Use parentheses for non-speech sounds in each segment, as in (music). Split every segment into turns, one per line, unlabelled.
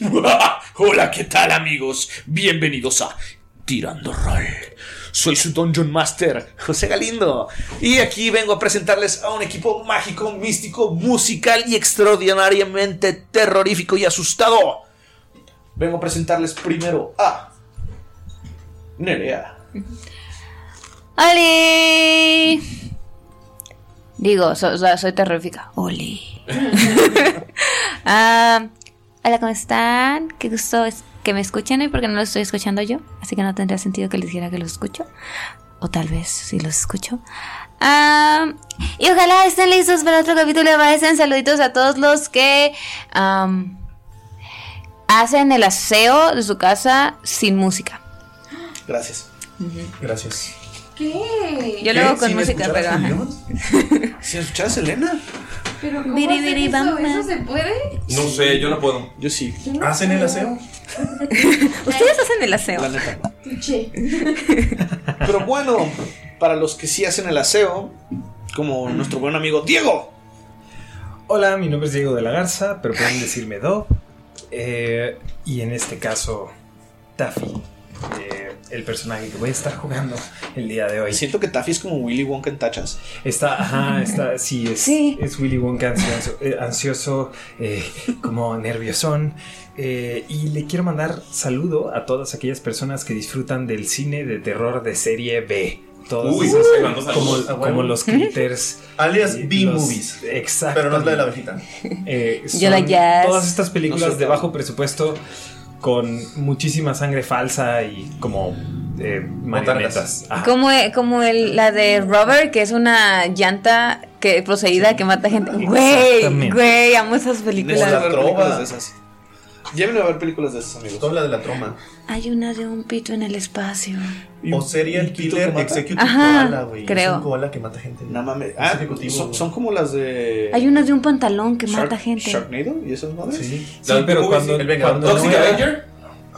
(laughs)
Hola, (laughs) ¿qué tal amigos? Bienvenidos a Tirando Rol. Soy su Dungeon Master, José Galindo, y aquí vengo a presentarles a un equipo mágico, místico, musical y extraordinariamente terrorífico y asustado. Vengo a presentarles primero a Nerea.
¡Oli! Digo, so- o sea, soy terrorífica. ¡Oli! (laughs) Ah, hola, ¿cómo están? Qué gusto es que me escuchen hoy porque no lo estoy escuchando yo. Así que no tendría sentido que les dijera que los escucho. O tal vez si los escucho. Ah, y ojalá estén listos para otro capítulo de Vaesen. Saluditos a todos los que am, hacen el aseo de su casa sin música.
Gracias. Gracias.
Yo lo hago con música, pero. ajá.
¿Si escuchas, Elena?
Pero ¿cómo
Biri,
hacer
biri,
eso?
bam, bam.
¿Eso se puede?
No sé, yo no puedo.
Yo sí,
¿Hacen el aseo?
(laughs) Ustedes hacen el aseo.
la neta.
Che.
Pero bueno, para los que sí hacen el aseo, como nuestro buen amigo Diego.
Hola, mi nombre es Diego de la Garza, pero pueden decirme Do. Eh, y en este caso, Taffy, eh, el personaje que voy a estar jugando el día de hoy.
Siento que Taffy es como Willy Wonka en tachas.
Está, ajá, está, sí, es,
Sí.
es Willy Wonka ansioso, eh, ansioso, eh, como nerviosón. Eh, y le quiero mandar saludo a todas aquellas personas que disfrutan del cine de terror de serie B. Todas
Uy,
esas-
sí, sí, mandó
como,
saludos.
como los critters.
Alias
eh,
B-movies.
los- Exacto.
Pero no es la de la abejita.
Eh,
(laughs)
son
Yo la jazz.
Todas estas películas
No sé.
de bajo presupuesto con muchísima sangre falsa y como eh, marionetas. Ajá.
Como, e- como el- la de Robert, que es una llanta que poseída que mata gente. Güey,
Exactamente.
güey, amo esas películas.
Necesito
la
ver
trova.
películas de esas. Llévenme a ver películas de esas, amigos.
Toda la de la troma.
Hay una de un pito en el espacio.
O Serial
pito que
Killer
mata?
Executive
Ajá,
Koala, güey.
creo.
Es un koala que mata gente.
No mames.
Es
Ah,
ejecutivo.
son, son como las de.
Hay una de un pantalón que
Shark-
mata gente.
Sharknado y esas madres.
Sí.
Sí, pero
Uy,
cuando,
el vengador.
cuando no
Toxic
era-
Avenger.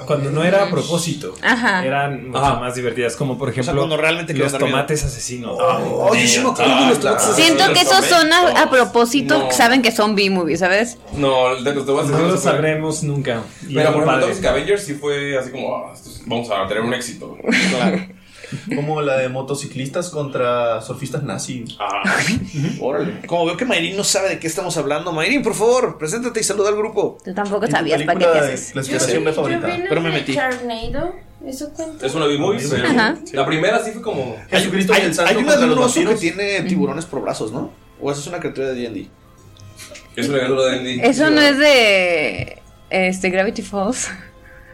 cuando no era a propósito,
Ajá.
eran mucho
Ajá.
más divertidas, como por ejemplo
cuando realmente
los
quedan dormidos.
tomates asesinos.
Oye, yo me acuerdo de los tomates.
Siento que esos son a, a propósito,
No.
saben que son B-movies, ¿sabes?
No, de los demás
no lo sabremos nunca. Y
Pero,
era
por ejemplo,
padre.
Toxic Avenger
sí fue así como, "Ah, esto es- vamos a tener un éxito.
Como la de motociclistas contra surfistas nazi.
Ah, Órale. Como veo que Mayrin no sabe de qué estamos hablando, Mayrin, por favor, preséntate y saluda al grupo.
Tú tampoco
¿Y tu
sabías para qué
película
te
de-
haces.
La inspiración de favorita.
Pero me metí.
Charnado. ¿Eso cuenta?
Es una B-movie, pero
Ajá.
la primera sí fue como...
Jesucristo y
Hay,
el santo
hay una
contra
de un
los
oso que
vampiros.
tiene tiburones por brazos, ¿no? O esa es una criatura de D&D.
Es una criatura de Andy.
Eso no es de este Gravity Falls.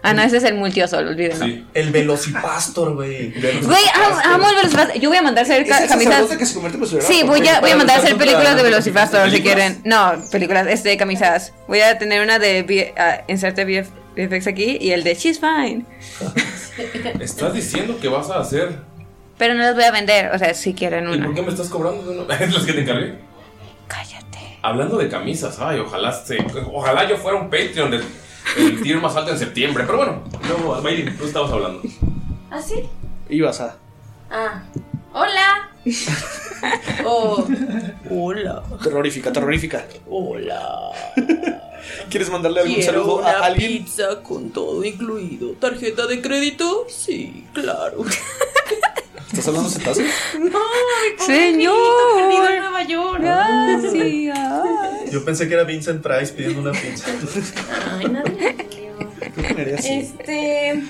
Ah, no, ese es el multiosol, olvídenlo.
El velocipastor, güey.
Güey, ah, am- amo el Velocipastor. Yo voy a mandar a hacer
Es
ca-
el
camisas.
sacerdote que se convierte en velociraptor.
Sí, voy a, voy a mandar a hacer películas de Velocipastor si
¿Películas?
quieren. No, películas, este, camisas. Voy a tener una de B- ah, inserte BF VFX aquí y el de She's Fine.
Estás diciendo que vas a hacer. (laughs)
Pero no las voy a vender, o sea, si quieren
¿Y
una.
por qué me estás
(laughs)
cobrando de una? ¿Es las que te encargué? Cállate. Hablando de camisas, ay, ojalá se- ojalá yo fuera un Patreon del, del tier más alto en septiembre. Pero bueno, luego, Mayrin, tú estabas hablando.
¿Ah, sí?
Ibas a.
Ah. ¡Hola! Oh.
Hola. Terrorífica, terrorífica. Hola. ¿Quieres mandarle algún
Quiero
saludo
una
a alguien?
pizza con todo incluido. ¿Tarjeta de crédito? Sí,
(laughs)
claro.
¿Estás hablando sentazo?
No,
Señor.
Perdido en Nueva York.
Gracias.
Yo pensé que era Vincent Price pidiendo una pizza.
Este.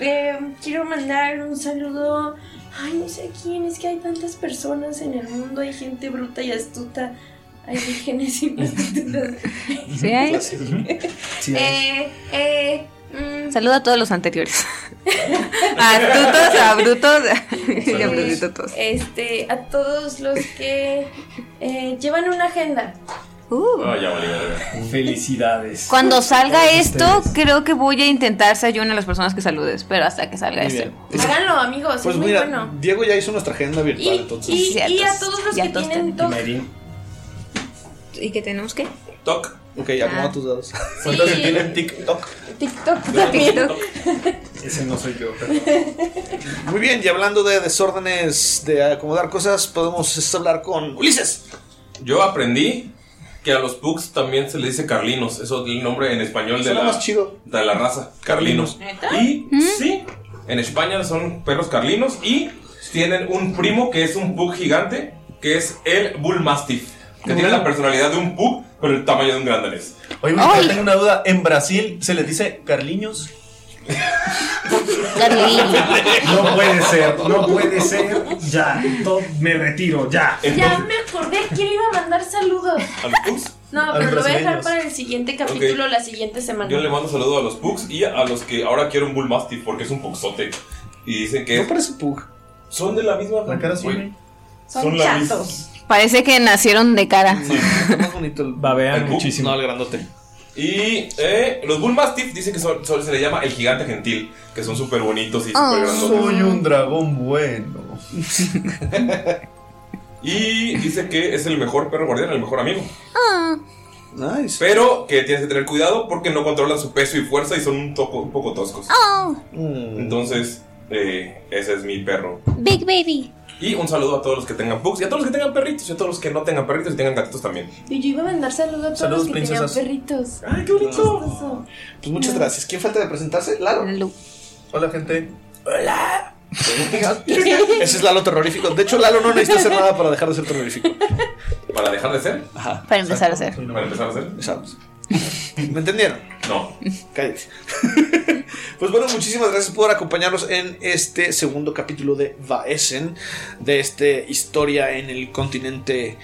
eh, quiero mandar un saludo. Ay, no sé quién, es que hay tantas personas en el mundo. Hay gente bruta y astuta. Hay vírgenes y prostitutas.
Sí, hay.
Eh, eh, mm,
Saludo a todos los anteriores. (laughs) A astutos, a brutos (laughs) y a prostitutos.
este, a todos los que eh, llevan una agenda.
Uh.
Ah, ya valí, verga.
Felicidades. este
Cuando salga
Todos
esto,
ustedes.
creo que voy a intentar ser yo una de las personas que saludes, pero hasta que salga
Muy
esto.
bien.
Háganlo, amigos,
Pues
es Ah, muy
mira,
bueno.
Diego ya hizo nuestra agenda virtual,
Y,
entonces.
y-
Ciertos.
y a todos los
Ya
que
todos
tienen
Y
TOC.
Mayrin,
¿Y qué tenemos que?
Toc.
Ok,
Ah.
acomoda tus dados.
¿Cuántos que tienen TikTok?
TikTok también.
ese no soy yo.
Muy bien, y hablando de desórdenes, de acomodar cosas, podemos hablar con Ulises.
Yo aprendí que a los pugs también se le dice carlinos. Eso es el nombre en español de
Suena
la,
más chido.
de la raza. Carlinos. Y
Hmm?
sí, en España son perros carlinos y tienen un primo que es un pug gigante, que es el bull mastiff, que tiene la personalidad de un pug, pero el tamaño de un gran danés.
Oye, güey, yo tengo una duda. ¿En Brasil se les dice Carliños?
No puede ser, no puede ser. Ya, to- me retiro, ya.
Ya me acordé quién le iba a mandar saludos.
A los pugs.
No,
A
pero
los
lo voy a dejar
brasileños.
para el siguiente capítulo la siguiente semana.
Yo le mando saludo a los pugs y a los que ahora quiero un bull mastiff porque es un pugsote. Y dicen que
No parece Pug.
son de la misma
La cara sí,
Güey,
güey.
Son
son la misma.
chatos.
Parece que nacieron de cara.
Está más bonito el
Babean
El bu-
muchísimo.
No, el grandote.
Y eh, los Bull Mastiff dicen que son- son- se le llama el gigante gentil, que son súper bonitos y súper
Ah.
grandotes.
Soy un dragón bueno.
(laughs) Y dice que es el mejor perro guardián, el mejor amigo.
Ah,
Nice.
Pero que tienes que tener cuidado porque no controlan su peso y fuerza y son un, toco- un poco toscos.
Ah.
ah.
Mm.
Entonces, eh, ese es mi perro.
Big Baby.
Y un saludo a todos los que tengan pugs y a todos los que tengan perritos y a todos los que no tengan perritos y tengan gatitos también.
Y yo iba a mandar saludos a todos
Saludos,
los que
princesas.
tenían perritos.
¡Ay, qué bonito!
Eso.
Pues muchas gracias. ¿Quién falta de presentarse? Lalo.
Hola, gente.
Ese es Lalo terrorífico. De hecho, Lalo no necesita hacer nada para dejar de ser terrorífico.
¿Para dejar de ser?
Ajá.
Para empezar a hacer.
¿Para empezar a ser?
Exacto. (laughs) ¿Me entendieron?
No.
Cállate. (laughs) Pues bueno, muchísimas gracias por acompañarnos en este segundo capítulo de Vaesen, de esta historia en el continente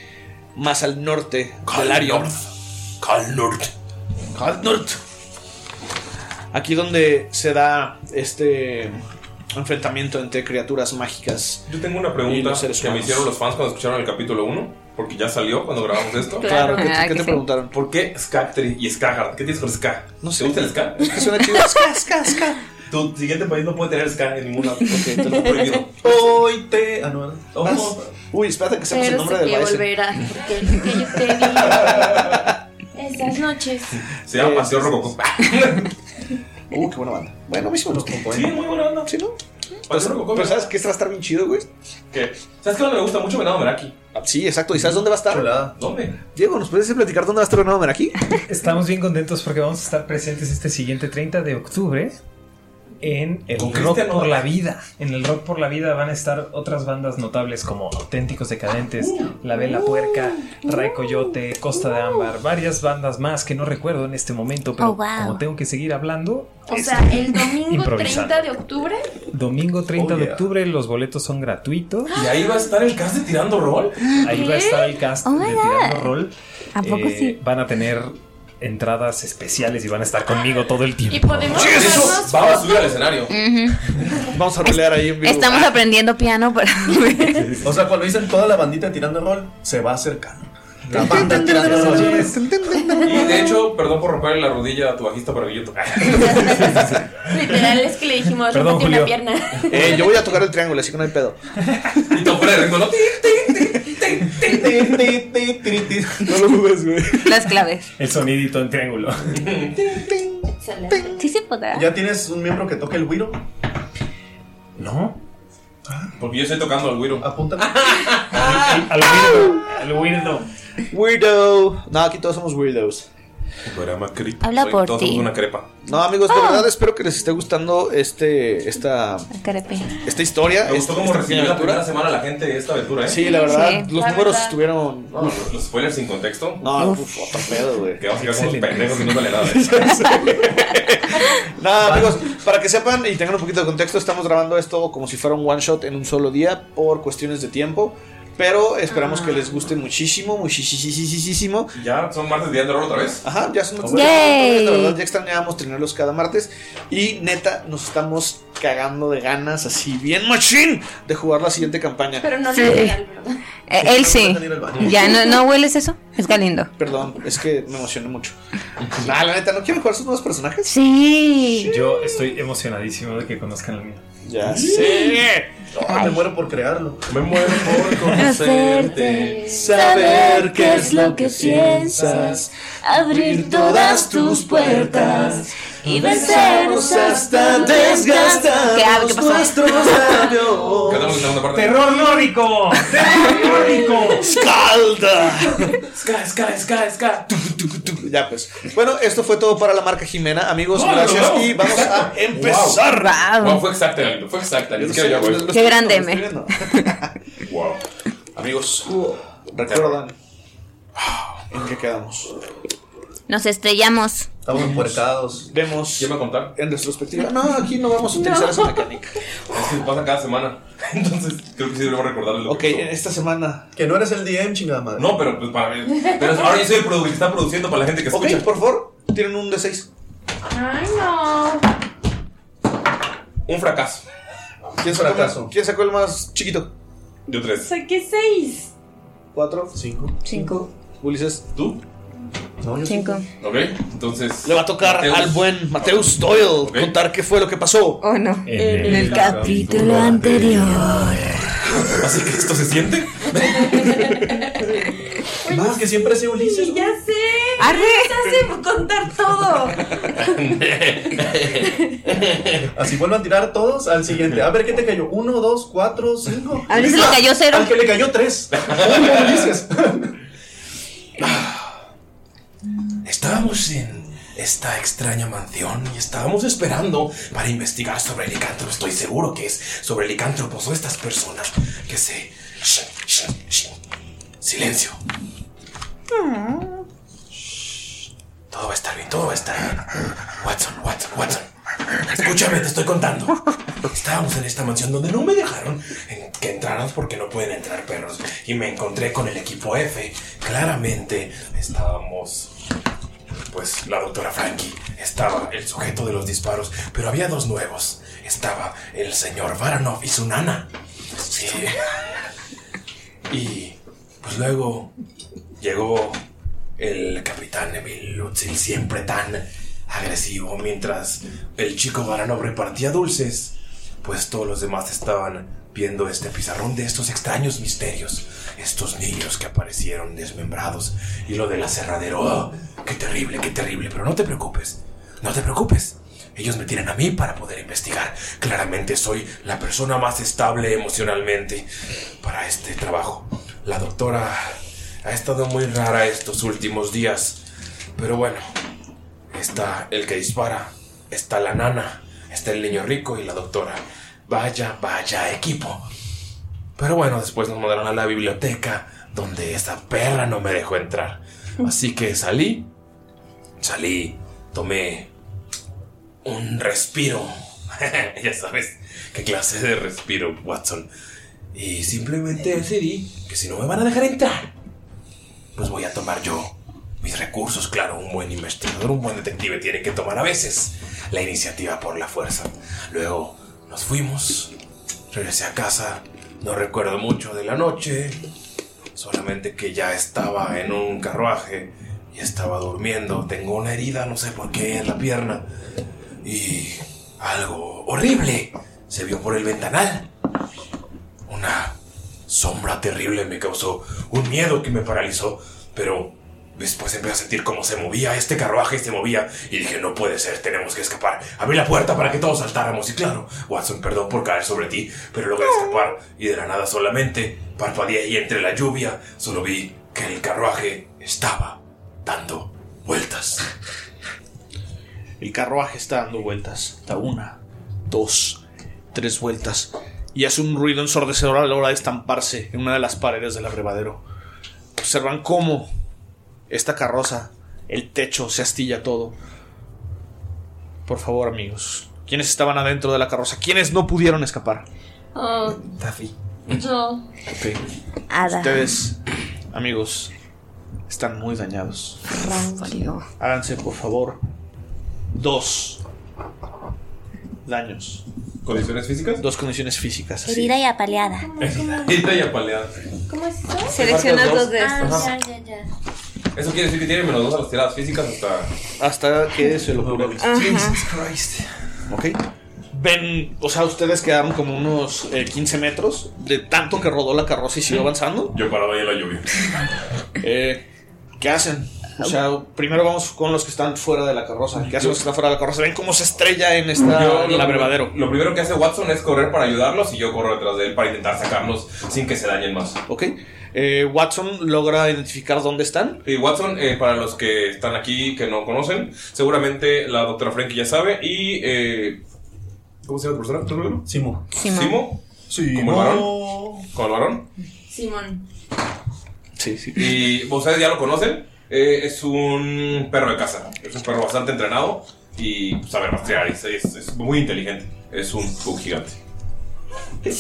más al norte del Arion.
Calnord.
Al norte. Aquí donde se da este enfrentamiento entre criaturas mágicas.
Yo tengo una
Y
pregunta
los seres
que me
humanos.
hicieron
(laughs)
los fans cuando escucharon el capítulo 1, porque ya salió cuando grabamos esto.
Claro, ¿qué, te-
ah,
qué
que
te
sí.
preguntaron?
¿Por qué Skactri y Skagard? ¿Qué tienes con Ska?
No
¿Te
sé.
gusta el Ska?
Es que suena chido. Ska, ska, ska.
Tu siguiente país no puede tener Ska en ningún lado.
(laughs) Ok, te lo-
Prohibido.
Hoy te. Ah, no. Ojo.
Uy, espérate que sepas el
Pero
nombre
sé
del
que
Vaesen.
volverá.
Que, que yo te vi esas noches.
Se
Eh,
llama Paseo Rococó.
Uh, qué buena banda. Bueno, me hicimos los
Sí, muy buena onda.
¿Sí, no? Pues,
Paseo Rococó.
pero
¿verdad?
¿sabes qué? Este va a estar bien chido, güey.
¿Qué? ¿Sabes qué no me gusta mucho Venado Meraki?
Ah, Sí, exacto. ¿Y sabes dónde va a estar?
Hola.
¿Dónde?
Diego, ¿nos puedes platicar dónde va a estar Venado aquí?
Estamos bien contentos porque vamos a estar presentes este siguiente 30 de octubre en el
Con
Rock
Cristian
por
Nodal.
la Vida. En el Rock por la Vida van a estar otras bandas notables como Auténticos Decadentes, La Vela Puerca, Ray Coyote, Costa de Ámbar, varias bandas más que no recuerdo en este momento, pero
Oh, wow.
como tengo que seguir hablando,
O sea, el domingo
Improvisando.
30 de octubre.
domingo 30
Oh,
de
yeah.
octubre los boletos son gratuitos.
¿Y ahí va a estar el cast de Tirando Rol?
Ahí va a estar el cast
Oh
de
my God.
Tirando Roll.
¿A poco sí?
Van a tener entradas especiales y van a estar conmigo todo el tiempo.
Y podemos
¡Sí, eso!
tomarnos
Vamos a
fotos.
subir al escenario.
Vamos a rolear ahí en vivo. Ah.
Estamos aprendiendo piano para.
O sea, cuando dicen toda la bandita tirando rol, se va a acercar. La banda tirando rol.
Y de hecho, perdón por romperle la rodilla a tu bajista para que yo
(laughs)
toque.
Literal es que le dijimos,
Perdón,
rompete una
Julio.
pierna. (laughs)
Eh, yo voy a tocar el triángulo, así que no hay pedo.
(laughs) No lo dudes, güey.
Las claves.
El sonidito en triángulo.
Sí se podrá.
¿Ya tienes un miembro que toque el Wiro?
No.
Porque yo estoy tocando al Wiro.
(laughs)
Apúntame.
Al weirdo. Al weirdo.
Weirdo. No, aquí todos somos weirdos.
Habla Soy- por todos ti. somos una
crepa.
No, amigos, de
Ah.
verdad espero que les esté gustando este esta
Carepe.
esta historia.
Me gustó
este-
cómo
esta
recibió
pequeña
la
aventura.
primera semana la gente de esta aventura, ¿eh?
Sí, la verdad, los
La
números
verdad.
estuvieron.
No, los, los spoilers sin contexto.
No, uf, otro pedo, güey.
Que vamos a llegar como los pendejos y no vale nada.
Nada, amigos, para que sepan y tengan un poquito de contexto, estamos grabando esto como si fuera un one shot en un solo día por cuestiones de tiempo. Pero esperamos que les guste muchísimo, muchísimo.
Ya son martes de rol otra vez.
Ajá, ya son martes
Yay.
de rol, La verdad, ya extrañábamos tenerlos cada martes. Y neta, nos estamos cagando de ganas, así bien machín, de jugar la siguiente campaña.
Pero no
Sí.
le digan, ¿verdad?
Eh, él sí. Ya, ¿no, ¿no hueles eso? Es Galindo.
Perdón, es que me emocioné mucho. (laughs) Nah, la neta, ¿no quieren jugar sus nuevos personajes?
Sí.
Yo estoy emocionadísimo de que conozcan al mío.
Ya sé.
No, me muero por crearlo.
Me muero por
(laughs)
conocerte.
Saber
qué es
lo que
piensas,
abrir todas tus puertas
y
besarnos hasta desgastar
¿Qué? A ver, ¿qué pasó?
nuestros labios.
Cantamos la segunda parte.
¡Terror nórdico! ¡Terror nórdico!
¡Escalda!
Ska, ska, ska, ska.
Ya pues. Bueno, esto fue todo para la marca Jimena. Amigos,
Wow,
gracias
wow.
y vamos a empezar.
Wow, fue exacta, Galindo, fue exacta. Ni siquiera yo, güey.
Qué grande
Lo estoy
me.
viendo.
Wow.
Amigos, recuerdan en qué quedamos.
Nos estrellamos.
Estamos empuercados.
Vemos
¿Quién va a contar?
en retrospectiva. No, aquí no vamos a utilizar esa mecánica.
Es que pasa cada semana. (laughs) Entonces, creo que sí debemos recordarles lo
Ok,
que pasó.
en esta semana.
Que no eres el DM, chingada madre.
No, pero pues para mí. Pero ahora yo soy el produ- que está produciendo para la gente que
Ok,
escucha.
por favor, tienen un D6.
Ay, no.
Un fracaso.
¿Quién sacó,
Fracaso.
el- ¿Quién sacó el más chiquito?
Yo tres.
Saqué seis.
¿Cuatro?
Cinco.
Cinco.
Ulises.
¿Tú?
No, yo
Cinco.
Ok, entonces.
Le va a tocar
Mateus.
al buen Mateus Doyle
Ok.
contar qué fue lo que pasó.
Oh, no.
En
En el capítulo anterior.
Así que esto
(laughs)
se siente.
Más que siempre ha sido Ulises.
Sí,
güey.
ya sé. Arre. hace contar todo.
Así vuelvan a tirar todos al siguiente. A ver qué te cayó. Uno, dos, cuatro, cinco.
A Ulises le cayó cero.
Al que le cayó
(laughs)
tres. Oye, Ulises.
Estábamos en esta extraña mansión y estábamos esperando para investigar sobre el licántropo. Estoy seguro que es sobre el licántropo o estas personas que se. Shh, shh, shh. Silencio. Shh. Todo va a estar bien, todo va a estar bien. Watson, Watson, Watson. Escúchame, te estoy contando. Estábamos en esta mansión donde no
(laughs)
me dejaron en- que entráramos porque no pueden entrar perros. Y me encontré con el equipo F. Claramente estábamos pues la doctora Frankie estaba el sujeto de los disparos, pero había dos nuevos. Estaba el señor Varanov y su nana. Sí. Y pues luego llegó el capitán Emil Lutzil, siempre tan agresivo, mientras el chico Varanov repartía dulces, pues todos los demás estaban viendo este pizarrón de estos extraños misterios, estos niños que aparecieron desmembrados y lo del aserradero. ¡Oh, ¡Qué terrible, qué terrible! Pero no te preocupes, no te preocupes. Ellos me tienen a mí para poder investigar. Claramente soy la persona más estable emocionalmente para este trabajo. La doctora ha estado muy rara estos últimos días. Pero bueno, está el que dispara, está la nana, está el niño rico y la doctora. Vaya, vaya equipo. Pero bueno, después nos mandaron a la biblioteca donde esa perra no me dejó entrar. Así que salí, salí, tomé un respiro. ya sabes qué clase de respiro, Watson. Y simplemente decidí que si no me van a dejar entrar, pues voy a tomar yo Mis recursos, claro, un buen investigador, un buen detective tiene que tomar a veces la iniciativa por la fuerza. Luego nos fuimos, regresé a casa, no recuerdo mucho de la noche, solamente que ya estaba en un carruaje y estaba durmiendo. Tengo una herida, no sé por qué, en la pierna y algo horrible se vio por el ventanal. Una sombra terrible me causó un miedo que me paralizó, pero después empecé a sentir cómo se movía este carruaje, y se movía, y dije, no puede ser, tenemos que escapar. Abrí la puerta para que todos saltáramos, y claro, Watson, perdón por caer sobre ti, pero logré escapar, y de la nada solamente parpadeé y entre la lluvia solo vi que el carruaje estaba dando vueltas.
El carruaje está dando vueltas. Da una, dos, tres vueltas. Y hace un ruido ensordecedor a la hora de estamparse en una de las paredes del abrevadero. Observan cómo esta carroza, el techo, se astilla todo. Por favor, amigos. ¿Quiénes estaban adentro de la carroza? ¿Quiénes no pudieron escapar?
Oh,
Taffy.
yo.
Ada.
Ustedes, amigos, están muy dañados. Háganse, por favor, dos daños.
¿Condiciones físicas?
Dos condiciones físicas. así.
Herida y apaleada.
Herida y apaleada.
¿Cómo es eso?
Selecciona
Te faltan
dos de
Ajá.
Ah, ya, ya, ya.
Eso quiere decir que tiene menos dos a las tiradas físicas hasta.
Hasta que se lo juro.
Jesus
Christ. Ok. Ven, o sea, ustedes quedaron como unos eh, 15 metros de tanto que rodó la carroza y siguió avanzando.
Yo parado ahí en la lluvia.
Eh, ¿Qué hacen? O sea, primero vamos con los que están fuera de la carroza. ¿Qué hacen los que están fuera de la carroza? Ven cómo se estrella en esta
Yo
en el abrevadero.
Lo primero que hace Watson es correr para ayudarlos y yo corro detrás de él para intentar sacarlos sin que se dañen más.
Ok. Eh, Watson logra identificar dónde están.
Y Watson, eh, para los que están aquí que no conocen, seguramente la doctora Frankie ya sabe y... eh, ¿Cómo se llama tu persona? Simo.
Simo.
¿Simo? ¿Como el varón? ¿Como el varón?
Simón.
Sí, sí.
Y ustedes ya lo conocen. eh, es un perro de casa. Es un perro bastante entrenado y sabe rastrear. Es, es- es muy inteligente. Es un pug gigante.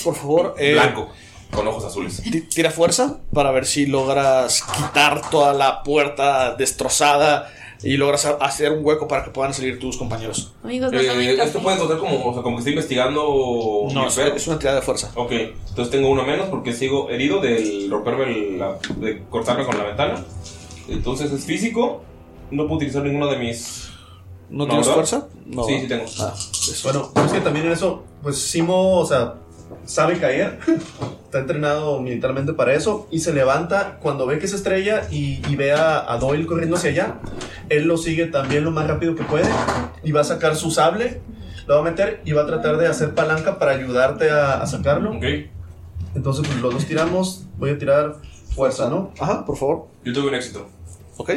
Por favor. eh,
Blanco, con ojos azules.
Ti- Tira fuerza para ver si logras quitar toda la puerta destrozada y logras ha- hacer un hueco para que puedan salir tus compañeros.
Amigos,
Eh, esto puede contar como, o sea, como que estoy investigando.
No, es- una tirada de fuerza.
Ok, entonces tengo uno menos porque sigo herido del romperme el- la- de cortarme con la ventana. Entonces es físico. No puedo utilizar ninguna de mis.
¿No, tienes
¿verdad?
fuerza? No, Ah.
sí,
va.
sí tengo.
Bueno, es que también en eso, pues Simo, o sea, sabe caer, (laughs) está entrenado militarmente para eso, y se levanta cuando ve que se estrella y, y ve a, a Doyle corriendo hacia allá. Él lo sigue también lo más rápido que puede, y va a sacar su sable, lo va a meter y va a tratar de hacer palanca para ayudarte a, a sacarlo. Entonces, pues los dos tiramos, voy a tirar fuerza, ¿no?
Ajá, por favor.
Yo tuve un éxito.
Ok.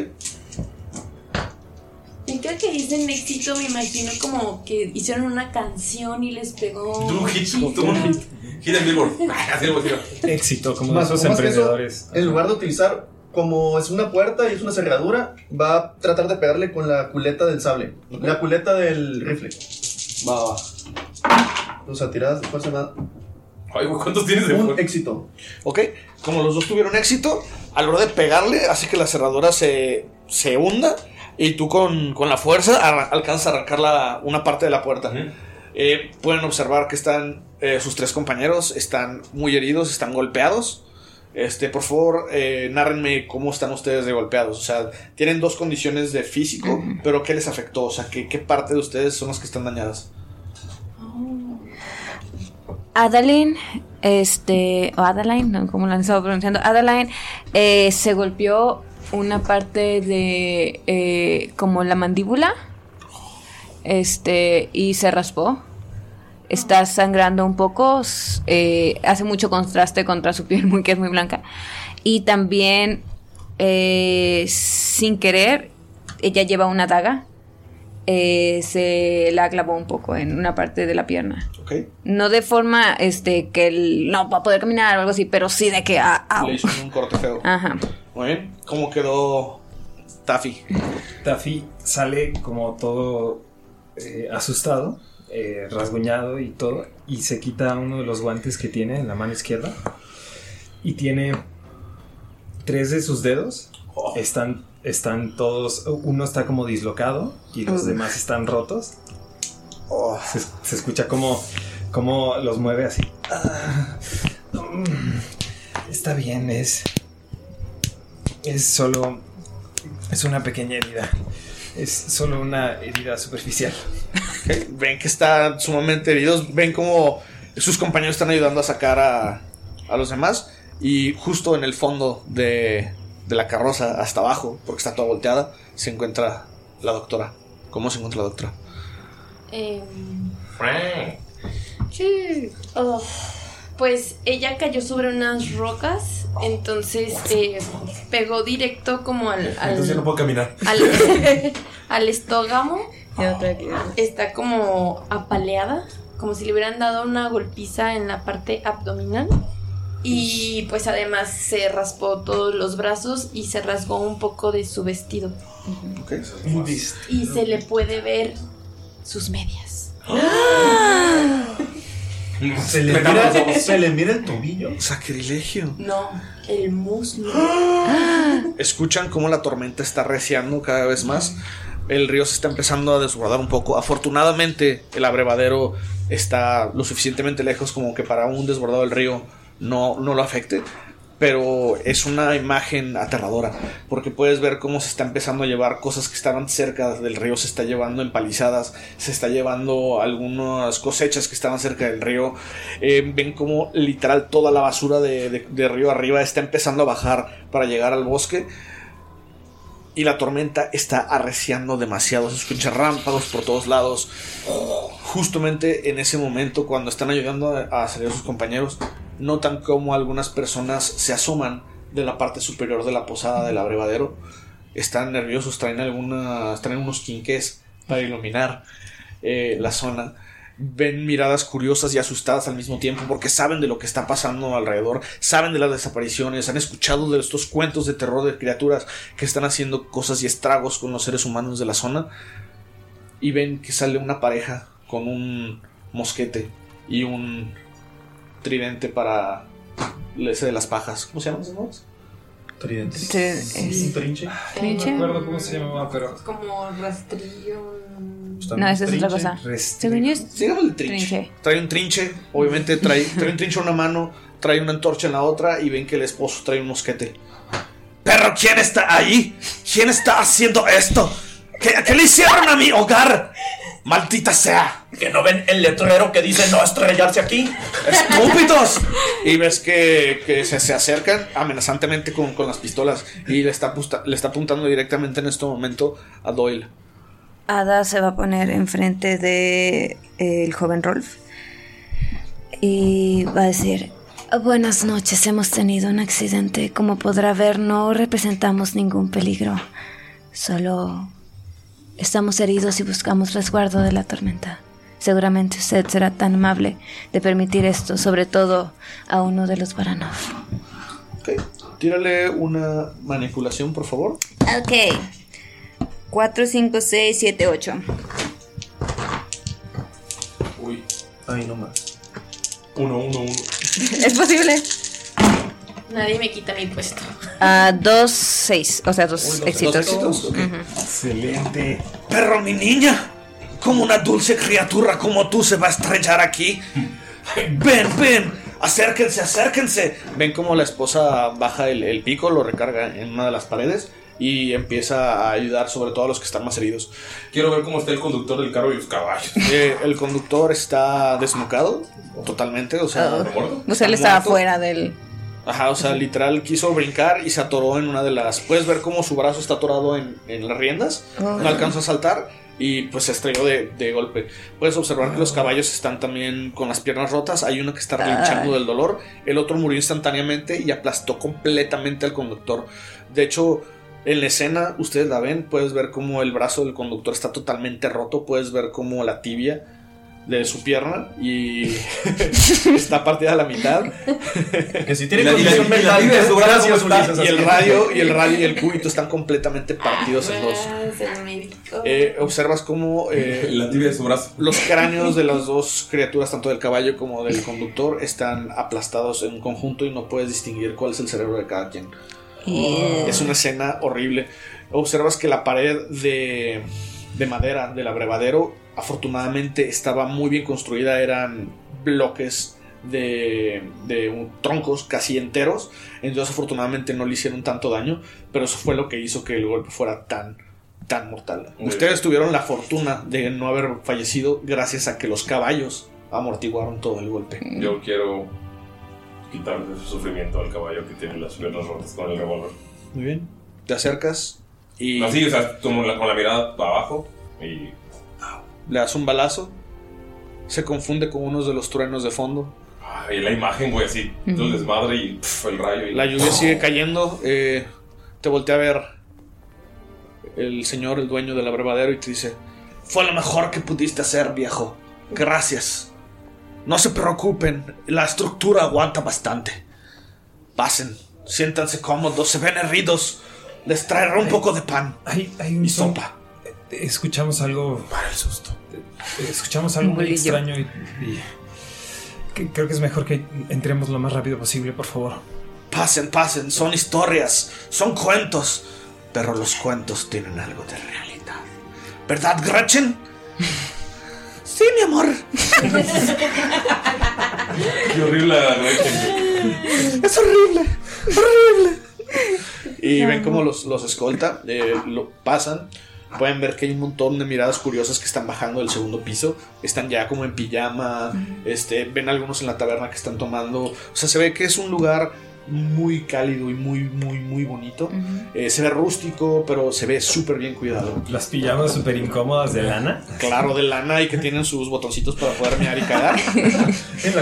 Y creo que dicen éxito, me imagino como que hicieron una canción y les pegó.
Tuve un hit, tuve un hit. Hit en (laughs) Billboard. Ah, pues, Así lo voy a decir.
Éxito, como
Más-
esos
más que eso,
emprendedores.
En lugar de utilizar, como es una puerta y es una cerradura, va a tratar de pegarle con la culeta del sable. La culeta del rifle.
Va,
O sea, tiradas de fuerza nada.
Ay, güey, ¿cuántos tienes de
Un éxito.
Ok, como los dos tuvieron éxito, a la hora de pegarle, hace que la cerradura se, se hunda y tú con, con la fuerza arra- alcanzas a arrancar la- una parte de la puerta. Eh, pueden observar que están eh, sus tres compañeros, están muy heridos, están golpeados. Este, por favor, eh, nárrenme cómo están ustedes de golpeados. O sea, tienen dos condiciones de físico, pero ¿qué les afectó? O sea, ¿qué, qué parte de ustedes son las que están dañadas?
Adeline, este, o Adeline, no como lo han estado pronunciando, Adeline eh, se golpeó una parte de eh, como la mandíbula, este, y se raspó. Está sangrando un poco, s- eh, hace mucho contraste contra su piel, (laughs) muy que es muy blanca. Y también, eh, sin querer, ella lleva una daga, eh, se la clavó un poco en una parte de la pierna.
¿Ok?
No de forma este que él no va a poder caminar o algo así, pero sí de que ah, au.
Le hicieron un corte feo.
Ajá.
Muy bien, ¿cómo quedó Taffy?
Taffy sale como todo eh, asustado, eh, rasguñado y todo, y se quita uno de los guantes que tiene en la mano izquierda. Y tiene tres de sus dedos, están están todos, uno está como dislocado y los
Ugh.
demás están rotos. Se, es- se escucha como, como los mueve así. Ah, mm, está bien, es, es solo, es una pequeña herida. Es solo una herida superficial.
Ok, Ven que están sumamente heridos. Ven como sus compañeros están ayudando a sacar a, a los demás. Y justo en el fondo de, de la carroza, hasta abajo, porque está toda volteada, se encuentra la doctora. ¿Cómo se encuentra la doctora?
Em, Sí. Oh, Pues ella cayó sobre unas rocas, entonces eh, pegó directo como al, al-
Entonces ya no puedo caminar.
al, (laughs) al estógamo. Está como apaleada, como si le hubieran dado una golpiza en la parte abdominal. Y pues además se raspó todos los brazos y se rasgó un poco de su vestido.
este
Y se le puede ver sus medias.
¡Ah!
Se le,
Metamos
mira,
dos.
se le mira el tobillo.
Sacrilegio.
No, el muslo.
Escuchan cómo la tormenta está reciando cada vez más. El río se está empezando a desbordar un poco. Afortunadamente, el abrevadero está lo suficientemente lejos como que para un desbordado del río no, no lo afecte. Pero es una imagen aterradora, porque puedes ver cómo se está empezando a llevar cosas que estaban cerca del río, se está llevando empalizadas, se está llevando algunas cosechas que estaban cerca del río. Eh, ven cómo literal toda la basura de, de- de río arriba está empezando a bajar para llegar al bosque. Y la tormenta está arreciando demasiado. Se escuchan rámpagos por todos lados. Justamente en ese momento, cuando están ayudando a a salir a sus compañeros, notan cómo algunas personas se asoman de la parte superior de la posada del abrevadero. Están nerviosos, traen, algunas, traen unos quinqués para iluminar eh, la zona. Ven miradas curiosas y asustadas al mismo tiempo porque saben de lo que está pasando alrededor, saben de las desapariciones, han escuchado de estos cuentos de terror de criaturas que están haciendo cosas y estragos con los seres humanos de la zona. Y ven que sale una pareja con un mosquete y un tridente para ese de las pajas. ¿Cómo se llaman esos monos?
Tridentes.
es-
Trinche.
Ah,
Trinche. No me acuerdo
cómo se llamaba, pero.
Como rastrillo.
No, esa es otra cosa. Según yo es
el trinche. Trae un trinche, obviamente
(laughs)
trae, trae un trinche en una mano, trae una antorcha en la otra y ven que el esposo trae un mosquete. Pero ¿quién está ahí? ¿Quién está haciendo esto? ¿Qué, qué le hicieron a mi hogar? Maldita sea.
¿Que no ven el letrero que dice no estrellarse aquí?
¡Estúpidos! Y ves que, que se, se acercan amenazantemente con, con las pistolas y le está, apusta- le está apuntando directamente en este momento a Doyle.
Ada se va a poner enfrente de eh, el joven Rolf y va a decir, buenas noches, hemos tenido un accidente. Como podrá ver, no representamos ningún peligro. Solo estamos heridos y buscamos resguardo de la tormenta. Seguramente usted será tan amable de permitir esto, sobre todo a uno de los Baranov.
Tírale una manipulación, por favor.
Ok. 4, 5, 6, 7,
(laughs)
8.
Uy.
Ay, no más.
Uno, uno, uno.
¿Es posible?
Nadie me quita mi puesto.
Ah,
2, 6. O sea,
Uy,
dos
dos-
éxitos.
dos éxitos, ok.
Excelente.
Pero mi niña, como una dulce criatura como tú se va a estrellar aquí. Ven, ven, acérquense, acérquense. Ven como la esposa baja el, el pico, lo recarga en una de las paredes y empieza a ayudar sobre todo a los que están más heridos.
Quiero ver cómo está el conductor del carro y los caballos.
Eh, el conductor está desnucado totalmente, o sea,
O sea, él
está
estaba
muerto.
fuera del.
Ajá, o sea, literal quiso brincar y se atoró en una de las. Puedes ver cómo su brazo está atorado en, en las riendas.
Oh.
No alcanzó a saltar y pues se estrelló de, de golpe. Puedes observar que los caballos están también con las piernas rotas. Hay uno que está relinchando
Ay.
del dolor. El otro murió instantáneamente y aplastó completamente al conductor. De hecho. En la escena, ustedes la ven, puedes ver cómo el brazo del conductor está totalmente roto, puedes ver cómo la tibia de su pierna y está partida a la mitad.
Que si tiene
Y la- y la-
condición
y la
mental,
tibia de su brazo
gracias,
está-
Ulises,
Y el
así.
radio, y el radio y el cúbito están completamente partidos en dos. Eh, observas cómo eh,
La tibia de su brazo.
los cráneos de las dos criaturas, tanto del caballo como del conductor, están aplastados en un conjunto y no puedes distinguir cuál es el cerebro de cada quien.
Ah.
Yeah.
Es una escena horrible. observas que la pared de, de madera del abrevadero afortunadamente estaba muy bien construida, eran bloques de, de un- troncos casi enteros, entonces afortunadamente no le hicieron tanto daño, pero eso fue lo que hizo que el golpe fuera tan, tan mortal.
Muy
Ustedes tuvieron la fortuna de no haber fallecido gracias a que los caballos amortiguaron todo el golpe.
Yo quiero quitarle ese sufrimiento al caballo que tiene las piernas rotas con el revólver.
Muy bien. Te acercas y...
Así, Pues o sea, como la- con la mirada para abajo y
Le das un balazo. Se confunde con unos de los truenos de fondo.
Ay, la imagen, güey, así, todo el desmadre y pf, el rayo. Y,
La lluvia sigue cayendo. eh, te voltea a ver el señor, el dueño del abrevadero, y te dice: Fue lo mejor que pudiste hacer, viejo. Gracias. No se preocupen, la estructura aguanta bastante. Pasen, siéntanse cómodos, se ven hervidos. Les traeré un poco de pan.
y sopa. Escuchamos algo. Para el susto. Escuchamos algo
Un
muy
bolillo.
extraño y. y- que- creo que es mejor que entremos lo más rápido posible, por favor.
Pasen, pasen, son historias, son cuentos. Pero los cuentos tienen algo de realidad. ¿Verdad, Gretchen? Sí, mi amor.
Qué horrible la Gretchen.
Es horrible, horrible. Y ven cómo los, los escolta, eh, lo pasan. Pueden ver que hay un montón de miradas curiosas que están bajando del segundo piso. Están ya como en pijama. Este, ven algunos en la taberna que están tomando. O sea, se ve que es un lugar muy cálido y muy, muy, muy bonito. Eh, se ve rústico, pero se ve súper bien cuidado.
Las pijamas súper incómodas de lana.
Claro, de lana y que tienen sus botoncitos para poder mear y
(laughs)
cagar.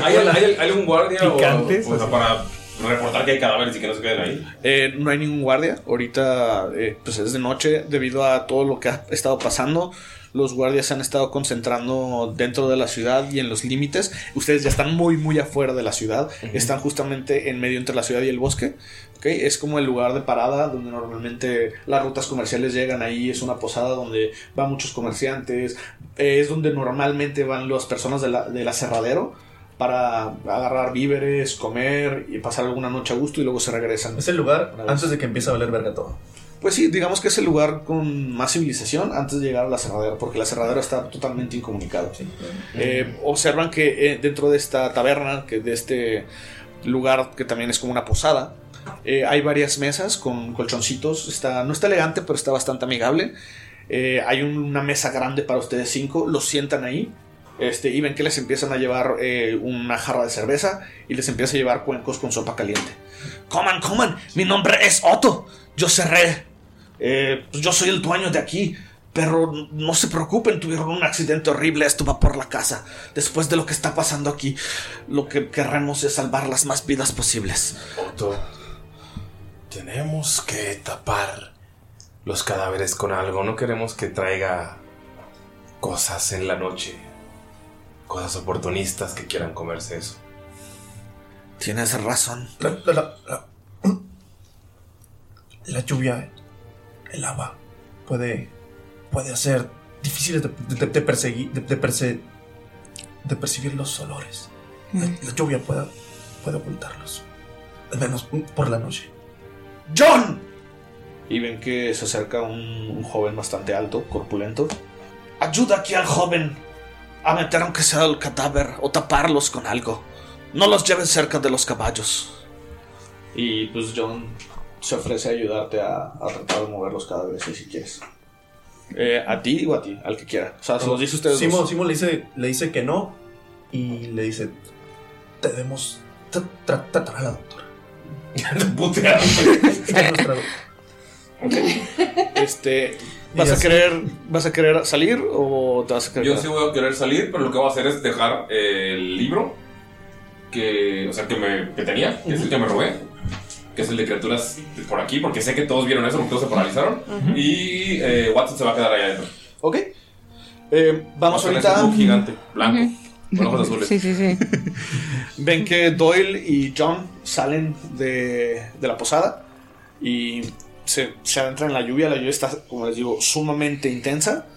¿Hay, hay, hay algún guardia o-
Picantes,
o, o sea,
así.
para reportar que hay cadáveres y que no se queden ahí?
Eh, no hay ningún guardia. Ahorita eh, pues es de noche debido a todo lo que ha estado pasando. Los guardias se han estado concentrando dentro de la ciudad y en los límites. Ustedes ya están muy, muy afuera de la ciudad. Están justamente en medio entre la ciudad y el bosque. ¿ok? Es como el lugar de parada donde normalmente las rutas comerciales llegan ahí. Es una posada donde van muchos comerciantes. Eh, es donde normalmente van las personas del la, del aserradero para agarrar víveres, comer y pasar alguna noche a gusto y luego se regresan.
Es el lugar antes de que empiece a valer verga todo.
Pues sí, digamos que es el lugar con más civilización antes de llegar al aserradero, porque el aserradero está totalmente incomunicado. Eh, observan que eh, dentro de esta taberna, que de este lugar que también es como una posada, eh, hay varias mesas con colchoncitos. Está, no está elegante, pero está bastante amigable. Eh, hay un- una mesa grande para ustedes cinco, los sientan ahí. Este, y ven que les empiezan a llevar eh, una jarra de cerveza y les empieza a llevar cuencos con sopa caliente. Coman, coman, mi nombre es Otto. Yo cerré. Eh, pues yo soy el dueño de aquí. Pero no se preocupen, tuvieron un accidente horrible. Esto va por la casa. Después de lo que está pasando aquí, lo que querremos es salvar las más vidas posibles.
Otto, tenemos que tapar los cadáveres con algo. No queremos que traiga cosas en la noche. Cosas oportunistas que quieran comerse eso.
Tienes razón.
La, la- la- la- la lluvia, el agua, puede, puede hacer difícil de, de- de perseguir, de, de perse- de percibir los olores. La, la lluvia puede, puede ocultarlos, al menos por la noche.
¡John! Y ven que se acerca un, un joven bastante alto, corpulento. Ayuda aquí al joven a meter aunque sea el cadáver o taparlos con algo. No los lleven cerca de los caballos. Y pues John se ofrece a ayudarte a, a tratar de mover los cadáveres si quieres. Eh, a ti o a ti, al que quiera. O sea, se los dice a ustedes.
Simo,
dos.
Simo le dice, (laughs) le dice que no y le dice, debemos tra- tra- tratar a
(laughs)
la doctora.
Puteado.
este
Este, ¿vas a querer, vas a querer salir o te vas a querer?
Yo
quedar?
sí voy a querer salir, pero lo que voy a hacer es dejar eh, el libro que, o sea, que, me, que tenía, que es el que me robé, que es el de criaturas por aquí, porque sé que todos vieron eso, porque todos se paralizaron.
Ujú.
Y eh, Watson se va a quedar ahí adentro.
Ok. Eh, vamos
Con
ahorita.
ese book gigante, blanco, con ojos azules.
sí. Ven que Doyle y John salen de, de la posada y se, se adentran en la lluvia. La lluvia está, como les digo, sumamente intensa.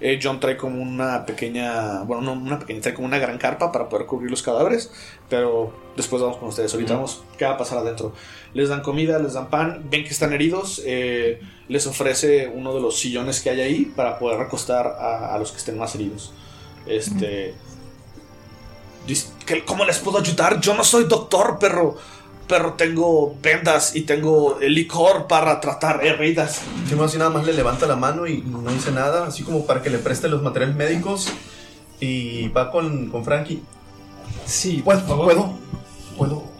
Eh, John trae como una pequeña, bueno, no una pequeña, trae como una gran carpa para poder cubrir los cadáveres, pero después vamos con ustedes, ahorita vamos, ¿qué va a pasar adentro? Les dan comida, les dan pan, ven que están heridos, eh, les ofrece uno de los sillones que hay ahí para poder recostar a, a los que estén más heridos. Este... Dis- ¿qué- ¿Cómo les puedo ayudar? Yo no soy doctor, perro. Pero tengo vendas y tengo eh, licor para tratar heridas.
Si no, así nada más le levanta la mano y no dice nada, así como para que le preste los materiales médicos y va con, con Frankie.
Sí,
pues puedo.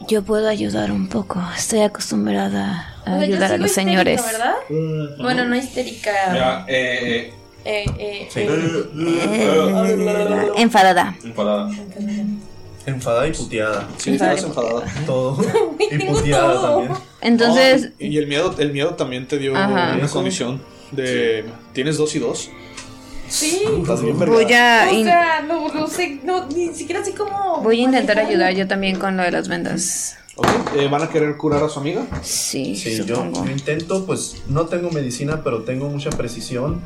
Yo puedo ayudar un poco. Estoy acostumbrada a
O sea, yo
ayudar a
sigo
los
histérica,
señores.
¿verdad? Bueno, no histérica.
Mm, Ya, eh, eh,
Eh, eh,
sí.
Eh, enfadada.
Enfadada.
Enfadada y puteada.
Sí, estabas enfadada.
Todo. Y
puteada también.
Entonces,
Ah, Y el miedo, el miedo también te dio
Ajá.
una condición de. ¿Tienes dos y dos? Ah,
Sí.
Estás bien vergada.
Voy a,
O
in-
sea, no, no sé, no, ni siquiera sé cómo.
voy a intentar
manejarlo.
ayudar yo también con lo de las vendas.
Ok, eh, ¿Van a querer curar a su amiga?
Sí,
Sí, yo, yo intento, pues no tengo medicina, pero tengo mucha precisión.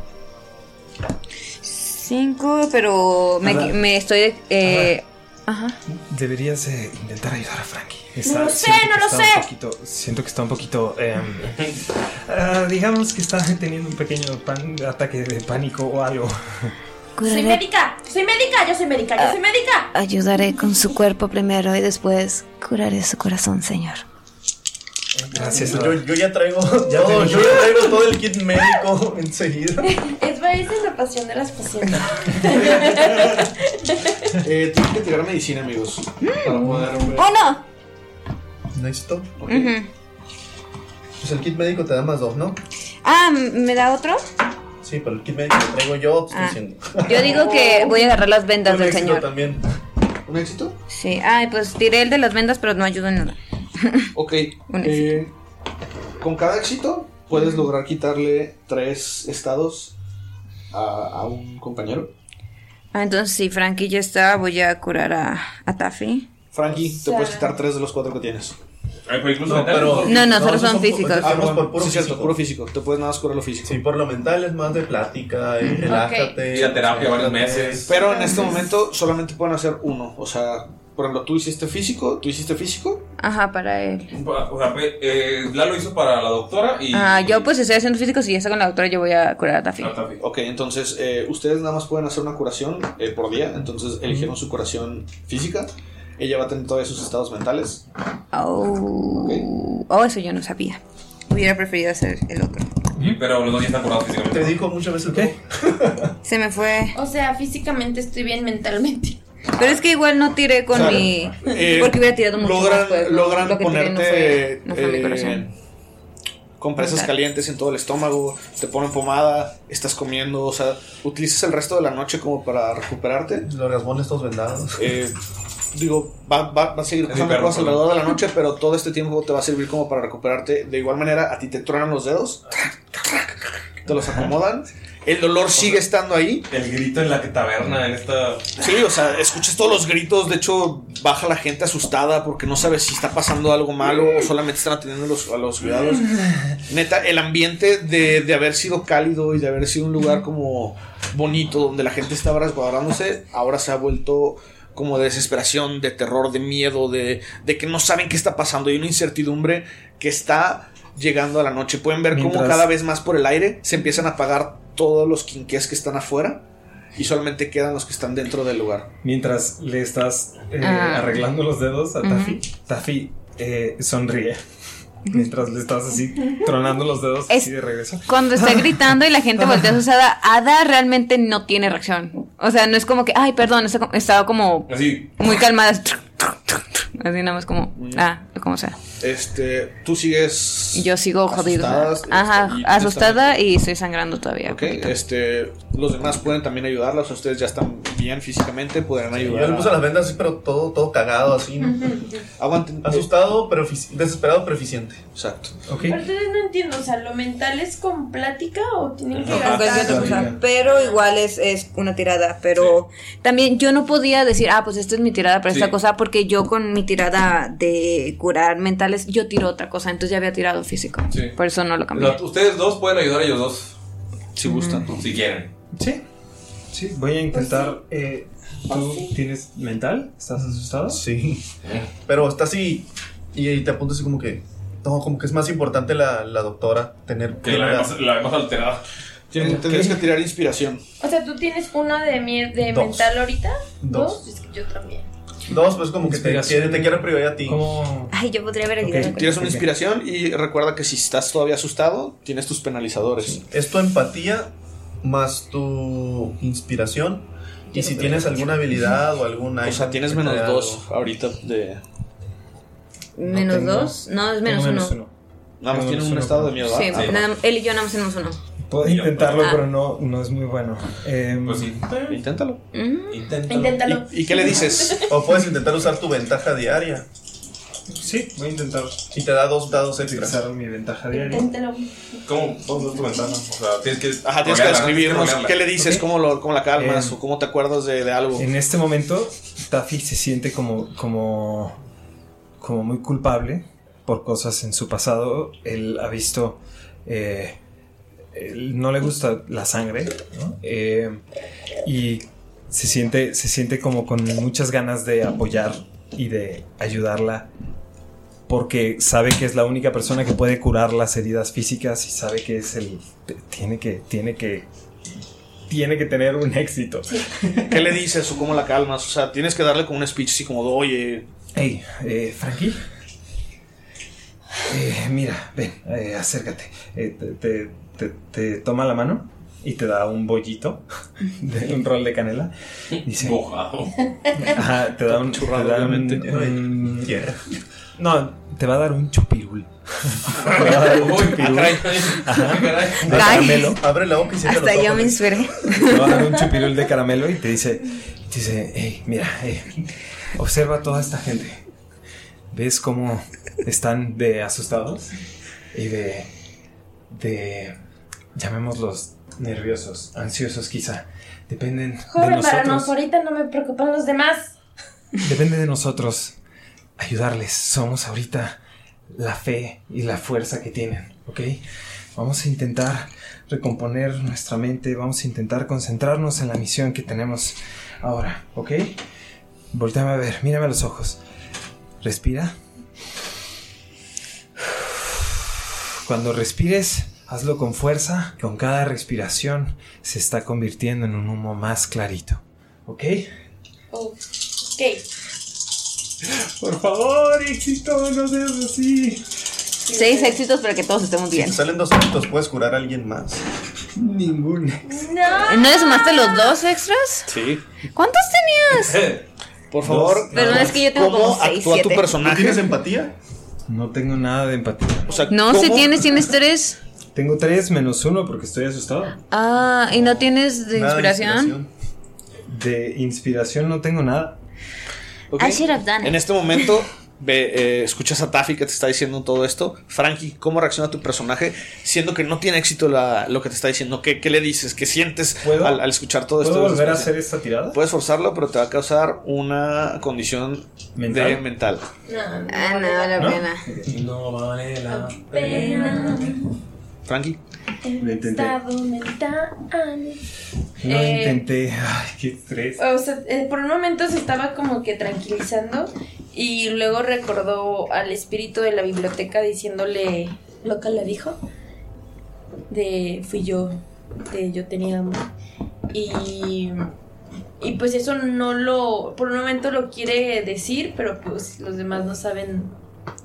Cinco, pero me,
Ajá.
me estoy. eh, ajá.
Deberías eh, intentar ayudar a Frankie.
lo sé,
siento que
no lo
está un
sé.
poquito- siento que está un poquito. em, ah, digamos que está teniendo un pequeño pan- ataque de pánico o algo. (laughs)
Soy
curaré-
médica, soy médica, yo soy médica, yo soy médica.
ayudaré con su cuerpo primero y después curaré su corazón, señor.
Gracias.
Yo, yo ya traigo todo,
tenía.
yo ya traigo todo el kit médico (laughs) enseguida.
Esa esa (laughs) es la pasión de las pasiones.
Eh, tienen que tirar medicina, amigos. Para poder.
Oh,
ver.
Oh,
¡Uno!
¿Listo? Pues el kit médico te da más dos, ¿no?
Ah, ¿me da otro?
Sí, pero el kit médico lo traigo yo, te estoy
Ah.
diciendo.
Yo digo que voy a agarrar las vendas
Un
del
éxito
señor.
también.
¿Un éxito?
Sí, ay, pues tiré el de las vendas, pero no ayuda en nada.
Ok. eh, con cada éxito puedes lograr quitarle tres estados a, a un compañero.
Ah, entonces, si Frankie ya está, voy a curar a, a Taffy.
Frankie, te puedes quitar tres de los cuatro que tienes.
No,
pero-
No, no, solo son físicos.
Ah, no,
por puro
sí, cierto,
físico.
puro físico. Te puedes nada más curar lo físico.
Sí, por lo mental es más de plática, y relájate.
Ir a terapia varios meses.
Pero en este momento solamente pueden hacer uno. O sea, por ejemplo, tú hiciste físico, tú hiciste físico.
Ajá, para él.
O sea, fue, eh, Lalo hizo para la doctora y.
Ah, yo pues estoy haciendo físicos y ya está con la doctora, yo voy a curar a Taffy.
Ok, entonces eh, ustedes nada más pueden hacer una curación eh, por día. Entonces eligieron su curación física. Ella va a tener todavía sus estados mentales.
Oh, oh, eso yo no sabía. Hubiera preferido hacer el otro.
Pero los dos ya están curados físicamente.
Te dijo muchas veces que
Se me fue.
O sea, físicamente estoy bien mentalmente.
Pero es que igual no tiré con
O sea,
mi.
eh,
porque hubiera tirado mucho
logran,
más, pues, ¿no?
logran
Lo que tiré no
ponerte
fue- no fue mi
eh,
corazón.
compresas
Mental.
calientes en todo el estómago, te ponen pomada, estás comiendo, o sea, utilizas el resto de la noche como para recuperarte.
Los gasbones todos vendados.
Eh, digo, va, va- va a seguir
mi
pasando
perro,
cosas
perdón.
alrededor de la noche, pero todo este tiempo te va a servir como para recuperarte. De igual manera, a ti te truenan los dedos, te los acomodan, el dolor sigue estando ahí.
El grito en la taberna, en esta.
Sí, o sea, escuchas todos los gritos, de hecho baja la gente asustada porque no sabe si está pasando algo malo o solamente están atendiendo los- a los cuidados. Mm-hmm. Neta, el ambiente de, de haber sido cálido y de haber sido un lugar como bonito, donde la gente estaba resguardándose, ahora se ha vuelto como de desesperación, de terror, de miedo, de, de que no saben qué está pasando y una incertidumbre que está llegando a la noche. Pueden ver cómo
Mientras-
cada vez más por el aire se empiezan a apagar todos los quinqués que están afuera y solamente quedan los que están dentro del lugar.
Mientras le estás eh,
Ah.
arreglando los dedos a
Ujú.
Taffy, Taffy eh, sonríe. Mientras le estás así tronando los dedos
Es-
así de regreso.
Cuando está gritando y la gente voltea asustada, Ada realmente no tiene reacción. O sea, no es como que, ay, perdón, está co- estaba como
Así.
muy calmada. Así nada más como, ah, como sea.
Este, tú sigues.
Yo sigo jodida.
Asustadas,
Ajá,
este, y
asustada y estoy sangrando todavía.
Ok, este, los demás pueden también ayudarlas. Ustedes ya están bien físicamente, podrán
Yo
ayudar.
le puse
a-
las vendas así, pero todo, todo cagado así.
(laughs)
¿no?
Aguanten.
Asustado, pero efici- desesperado, pero eficiente.
Exacto.
Aparte no entiendo, o sea, ¿lo mental es con plática o tienen que
Ajá,
gastar?
es otra cosa, Pero igual es, es una tirada. Pero también yo no podía decir, ah, pues esta es mi tirada para esta
Sí.
cosa, porque yo con mi tirada de curar mentales, yo tiro otra cosa. Entonces ya había tirado físico. Por eso no lo cambié.
O sea, ustedes dos pueden ayudar a ellos dos.
Si gustan.
Si quieren.
Sí. Sí, voy a intentar. eh,
Ah,
¿Tú tienes mental? ¿Estás asustado?
Sí.
Eh.
Pero está así. Y, y te apunta así como que. No, como que es más importante la, la doctora tener.
Que la vemos, la vemos alterada.
Tienes, tendrías que tirar inspiración.
O sea, tú tienes una de, mi- de
Dos.
mental ahorita.
Dos.
Es que yo también.
Dos, pues como que te
Inspiración.
quiere, te quiere prioridad a ti.
Ay, yo podría haber
Ok, Tienes una inspiración y recuerda que si estás todavía asustado, tienes tus penalizadores.
Es tu empatía más tu inspiración. Y si tienes alguna habilidad o algún
O sea, tienes menos dos ahorita de.
Menos
tengo-
dos. No, es menos, uno.
Nada más
Tengo
tiene
menos
un
uno.
estado de miedo. ¿verdad?
Sí, nada- él y yo nada más tenemos uno.
Puedo intentarlo,
Ah.
pero no, no es muy bueno. pues
sí.
Inténtalo.
Mm.
Inténtalo.
Inténtalo.
¿Y qué le dices? O puedes intentar usar tu ventaja diaria.
Sí, voy a intentar.
Y te da dos dados extra.
Usar mi ventaja
Inténtalo.
¿Cómo? ¿Cómo es tu ventana? O sea, tienes que.
Ajá, tienes que
rolearla,
describirnos
rolearla.
qué le dices, cómo, lo, cómo la calmas
Em.
Eh,
o cómo te acuerdas de, de algo.
En este momento, Taffy se siente como, como, como muy culpable por cosas en su pasado. Él ha visto. eh, él no le gusta la sangre, ¿no? Eh, y se siente, se siente como con muchas ganas de apoyar y de ayudarla. Porque sabe que es la única persona que puede curar las heridas físicas y sabe que es el. Tiene que. Tiene que. Tiene que tener un éxito.
¿Qué le dices o cómo la calmas? O sea, tienes que darle como un speech así como de, oye.
Hey, eh, Frankie. Eh, mira, ven, eh, acércate. Eh, te, te- te- te toma la mano y te da un bollito, (laughs) de, un rol de canela. Dice, (laughs) Ajá, te da un churrado, No, te va a dar un chupirul. (laughs) te va a dar un chupirul. Ajá, de caramelo.
Abre la boca y cierra
Hasta
los
yo
ojos.
me inspiré.
Te va a dar un chupirul de caramelo y te dice, te dice, "Ey, mira, eh, observa a toda esta gente. ¿Ves cómo están de asustados y de, de, llamémoslos nerviosos, ansiosos quizá? Dependen de
Joven, para
nosotros.
nos ahorita no me preocupan los demás.
Depende de nosotros ayudarles. Somos ahorita la fe y la fuerza que tienen, ¿ok? Vamos a intentar recomponer nuestra mente, vamos a intentar concentrarnos en la misión que tenemos ahora, ¿ok? Volteame a ver, mírame a los ojos. Respira. Cuando respires, hazlo con fuerza. Con cada respiración se está convirtiendo en un humo más clarito, ¿ok?
Oh, ok.
Por favor, éxito, no seas así.
Seis éxitos para que todos estemos
Si
bien.
te salen dos éxitos, puedes curar a alguien más.
Ninguno.
¿No le sumaste los dos extras?
(laughs)
Sí.
¿Cuántos
(laughs)
tenías?
Por favor.
Perdón, es que yo tengo
¿Cómo
como seis,
actúa tu
siete.
personaje?
¿No tienes
empatía?
No tengo nada de empatía.
No, si tienes, tienes tres.
Tengo tres menos uno porque estoy asustado.
Ah, ¿y no tienes de
Nada de
inspiración?
De inspiración no tengo nada.
Ok.
I should have done it.
En este momento ve, eh, escuchas a Taffy que te está diciendo todo esto. Frankie, ¿cómo reacciona tu personaje siendo que no tiene éxito la- lo que te está diciendo? ¿Qué, qué le dices? ¿Qué sientes al, al escuchar todo esto?
¿Puedo
de
volver a
desesperación?
hacer esta tirada?
Puedes forzarlo, pero te va a causar una condición
¿Mental?
de mental.
Ah, no, la
¿No?
pena.
No vale la
Pena.
Frankie.
Lo intenté.
Estado mental.
Lo
Eh,
intenté. Ay, qué estrés.
O sea, eh, por un momento se estaba como que tranquilizando y luego recordó al espíritu de la biblioteca diciéndole lo que le dijo. De fui yo, de yo tenía hambre. Y, y pues eso no lo, por un momento lo quiere decir, pero pues los demás no saben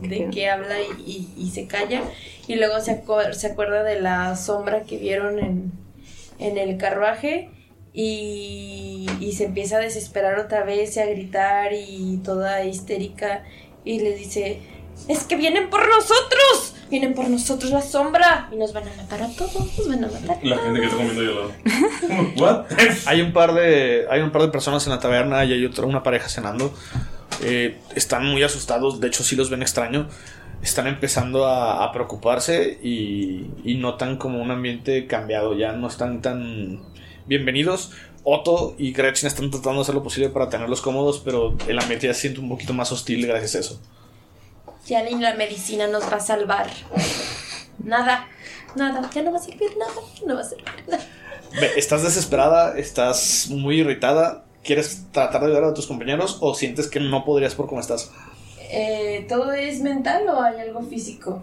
de qué habla y, y- y se calla. Y luego se, acu- se acuerda de la sombra que vieron en, en el carruaje y, y se empieza a desesperar otra vez y a gritar y toda histérica y le dice, es que vienen por nosotros, vienen por nosotros la sombra y nos van a matar a todos, nos van a matar.
La gente que está comiendo hielo.
Hay un par de hay un par de personas en la taberna y hay otra una pareja cenando. Eh, están muy asustados, de hecho sí los ven extraño. Están empezando a, a preocuparse y, y notan como un ambiente cambiado. Ya no están tan bienvenidos. Otto y Gretchen están tratando de hacer lo posible para tenerlos cómodos, pero el ambiente ya se siente un poquito más hostil gracias a eso.
Ya ni la medicina nos va a salvar. Nada, nada, ya no va a servir nada, no va a servir nada.
Ve, Estás desesperada, estás muy irritada. ¿Quieres tratar de ayudar a tus compañeros o sientes que no podrías por cómo estás?
Eh, ¿Todo es mental o hay algo físico?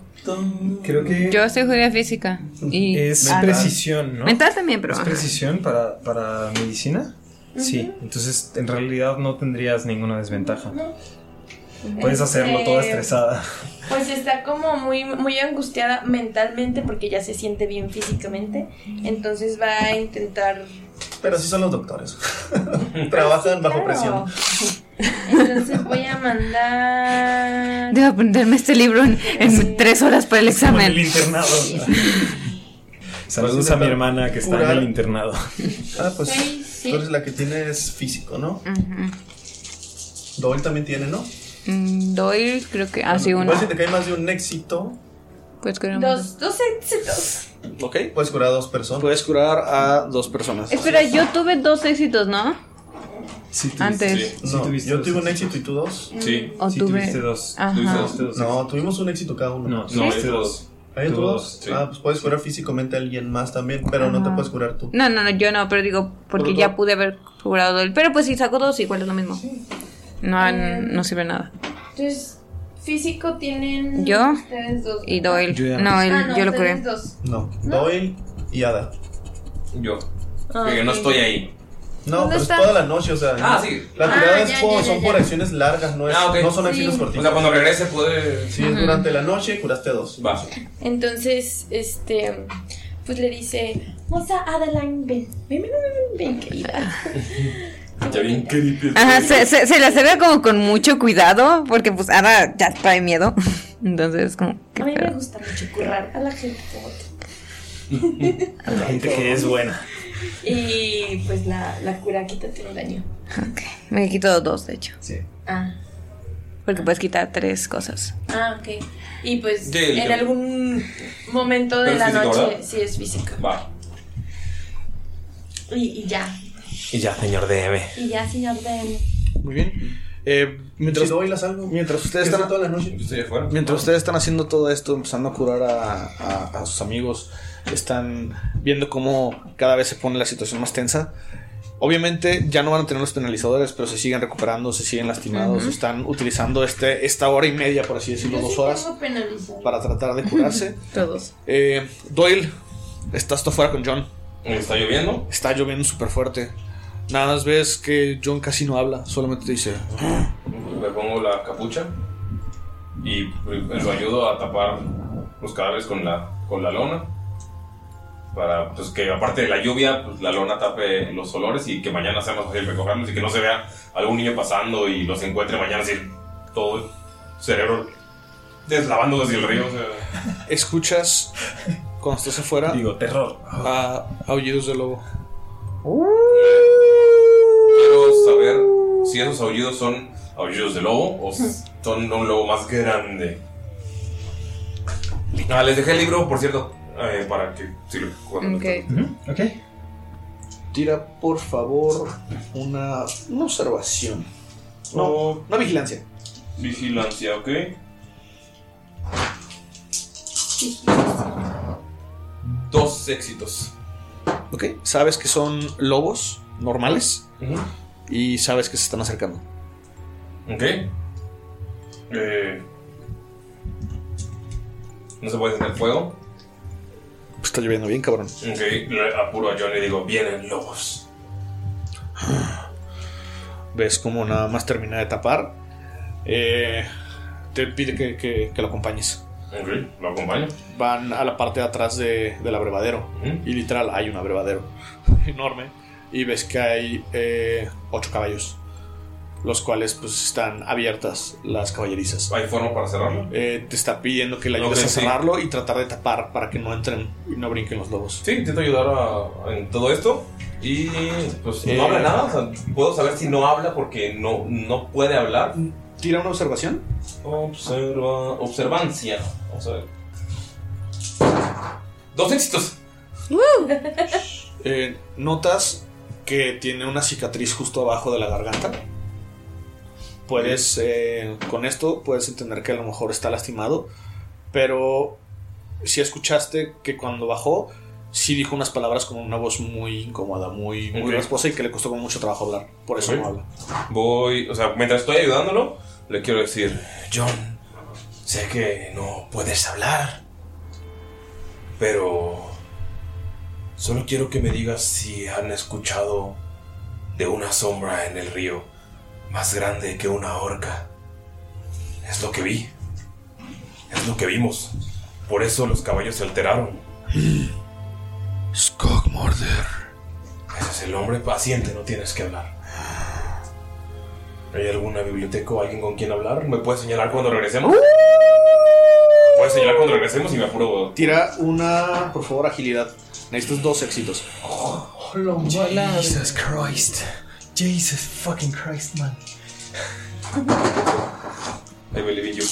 Creo que
Yo soy Julia Física. Y
es
Ah, no.
precisión, ¿no?
Mental también, pero.
ah.
¿Es
ajá.
precisión para, para medicina? Sí, entonces en realidad no tendrías ninguna desventaja. Puedes hacerlo toda
Este,
estresada. (laughs)
Pues está como muy, muy angustiada mentalmente porque ya se siente bien físicamente. Entonces va a intentar.
Pero así son los doctores. (laughs) Trabajan bajo
Claro.
presión.
Entonces voy a mandar.
Debo aprenderme este libro en, en tres horas para el examen.
Saludos a mi hermana que está
Curar.
en el internado.
Ah, pues
Sí, sí.
tú eres la que tienes físico, ¿no? Doyle también tiene, ¿no?
Mm, Doyle, creo que. Ah, sí, uno.
Igual si te cae más de un éxito.
Pues creo.
Dos, dos éxitos.
Ok.
Puedes curar a dos personas.
Puedes curar a dos personas.
Espera, yo tuve dos éxitos, ¿no?
Ah.
Antes.
No, yo tuve un éxito y tú dos.
Sí. O Sí, tuve- tuviste dos. Ajá. Tuviste dos, tuviste dos.
No, tuvimos un éxito cada uno.
No, no, ¿Sí? yo tuve dos.
¿Hay
Tuve
otros
dos,
dos?
sí.
Ah, pues puedes curar físicamente a alguien más también, pero no te
Ajá.
puedes curar tú.
No, no, no, yo no, pero digo, porque
Por
ya pude haber curado Doyle. Pero pues si saco dos, igual es lo mismo. No,
Ah,
no, no sirve nada.
Entonces, físico tienen.
Yo
Ustedes dos.
y Doyle. No, él-
Ah, no,
yo lo
ustedes
curé.
dos.
No, Doyle y Ada.
Yo.
Ah,
Porque no
ok.
estoy ahí.
No,
¿Dónde
pero
está?
es toda la noche, o sea.
Ah, sí.
La
Ah,
tirada
ya,
es
ya,
por-
ya,
son
ya.
por acciones largas, no, es,
Ah, ok.
no son
Sí.
acciones cortitas.
O sea, cuando regrese puede.
Sí, es
Ujú.
durante la noche, curaste a dos.
Va.
Entonces, este, pues le dice, Moza Adeline, ven, ven, ven, ven, ven, querida.
Ya bien creepy.
Ajá, se, se, se le acerca como con mucho cuidado, porque pues ahora ya trae miedo. (laughs) Entonces, como.
A mí me gusta mucho currar a la gente.
(laughs)
La gente que es buena.
Y pues la, la cura quítate el daño.
Me quito dos, de hecho.
Sí.
Ah,
Porque puedes quitar tres cosas.
ah, ok. Y pues
Sí,
en
yo-
algún momento
Pero
de
es
la
físico,
noche,
¿verdad?
sí es física.
Va.
Y, y ya,
Y ya, señor DM.
y ya, señor de...
Muy bien. Eh, mientras, mientras ustedes están Mientras ustedes están haciendo todo esto, empezando a curar a, a- a sus amigos, están viendo cómo cada vez se pone la situación más tensa. Obviamente ya no van a tener los penalizadores, pero se siguen recuperando, se siguen lastimados,
Ujú.
están utilizando este esta hora y media, por así decirlo,
Yo
dos
sí
horas
tengo penalizado.
para tratar de
(laughs)
curarse.
Todos.
Eh, Doyle, estás tú afuera con John.
¿Está lloviendo?
Está lloviendo súper fuerte. Nada más ves que John casi no habla, solamente te dice...
Le pongo la capucha y lo ayudo a tapar los cadáveres con la, con la lona. Para pues, que aparte de la lluvia, pues, la lona tape los olores y que mañana sea más fácil recogerlos y que no se vea algún niño pasando y los encuentre mañana así todo el cerebro deslavando desde el río. o sea.
Escuchas cuando estás afuera.
Digo, terror.
A aullidos de lobo.
Quiero saber si esos aullidos son aullidos de lobo o son de un lobo más grande. Ah, les dejé el libro, por cierto, eh, para que si lo
Mm.
cuando-
Ok.
Tira, por favor, una, una observación. No, una vigilancia.
Vigilancia, ok. Dos éxitos.
Ok, sabes que son lobos normales y sabes que se están acercando.
Ok. Eh, no se puede tener fuego.
Pues está lloviendo bien, cabrón.
Ok, le apuro a John y digo, vienen lobos.
Ves como nada más termina de tapar. Eh, te pide que, que- que lo acompañes.
Ok, lo acompaño.
Van a la parte de atrás de, del abrevadero.
Ujú.
Y literal hay un abrevadero (laughs) enorme. Y ves que hay eh, ocho caballos. Los cuales pues están abiertas las caballerizas.
¿Hay forma para cerrarlo?
Eh, te está pidiendo que le ayudes
Ok,
a
sí.
cerrarlo y tratar de tapar para que no entren y no brinquen los lobos.
Sí, intento ayudar a- en todo esto. Y pues no
Eh.
habla nada. o sea, puedo saber si no habla porque no, no puede hablar.
¿Tira una observación?
Observa, observancia. Vamos a ver. Dos éxitos.
Eh, notas que tiene una cicatriz justo abajo de la garganta. Puedes, eh, con esto, puedes entender que a lo mejor está lastimado. Pero si escuchaste que cuando bajó, sí dijo unas palabras con una voz muy incómoda, muy, muy
Ok.
rasposa y que le costó como mucho trabajo hablar. Por eso no habla.
Voy, o sea, mientras estoy ayudándolo, le quiero decir,
John, sé que no puedes hablar, pero solo quiero que me digas si han escuchado de una sombra en el río más grande que una horca. Es lo que vi, es lo que vimos. Por eso los caballos se alteraron. Skogmorder. Ese es el nombre paciente, no tienes que hablar. ¿Hay alguna biblioteca o alguien con quien hablar? ¿Me puedes señalar cuando regresemos? Puedes señalar Pues cuando regresemos y me apuro.
Tira una, por favor, agilidad. Necesitas dos éxitos.
Oh.
Jesus Christ. Jesus fucking Christ, man.
I believe in you.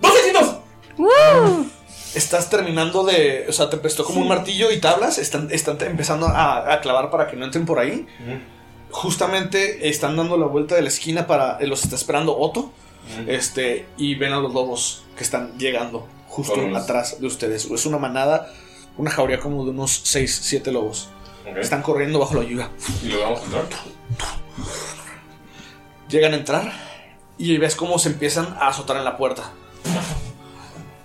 ¡Dos éxitos!
Estás terminando de. O sea, te prestó como un martillo y tablas. Están, están empezando a, a clavar para que no entren por ahí. Justamente están dando la vuelta de la esquina para. eh, Los está esperando Otto. Este. Y ven a los lobos que están llegando justo
Vámonos.
atrás de ustedes. Es una manada, una jauría como de unos 6, 7 lobos.
Ok.
Están corriendo bajo la lluvia.
¿Y lo vamos a entrar?
Llegan a entrar y ves cómo se empiezan a azotar en la puerta.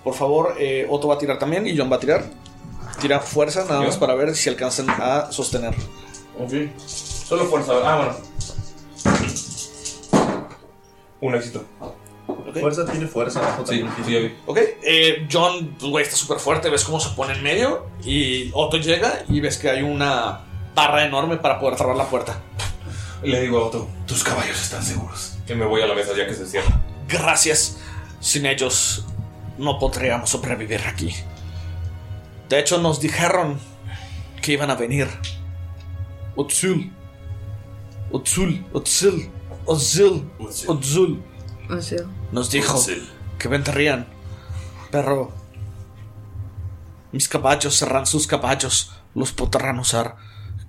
Por favor, eh, Otto va a tirar también y John va a tirar. Tira fuerza nada más para ver si alcanzan a sostener.
Ok. Solo fuerza. Ah, bueno. Un éxito.
Fuerza tiene fuerza. abajo
Sí,
también.
sí, ya vi.
Ok, eh, John, pues, güey, está súper fuerte. Ves cómo se pone en medio y Otto llega y ves que hay una barra enorme para poder trabar la puerta.
Le digo a Otto, tus caballos están seguros. Y me voy a la mesa ya que se cierra.
Gracias. Sin ellos no podríamos sobrevivir aquí. De hecho, nos dijeron que iban a venir. Otzul. Otzul. Otzul. Otzul. Otzul.
O sea,
Nos dijo que vendrían. Pero... Mis caballos serán sus caballos. Los podrán usar.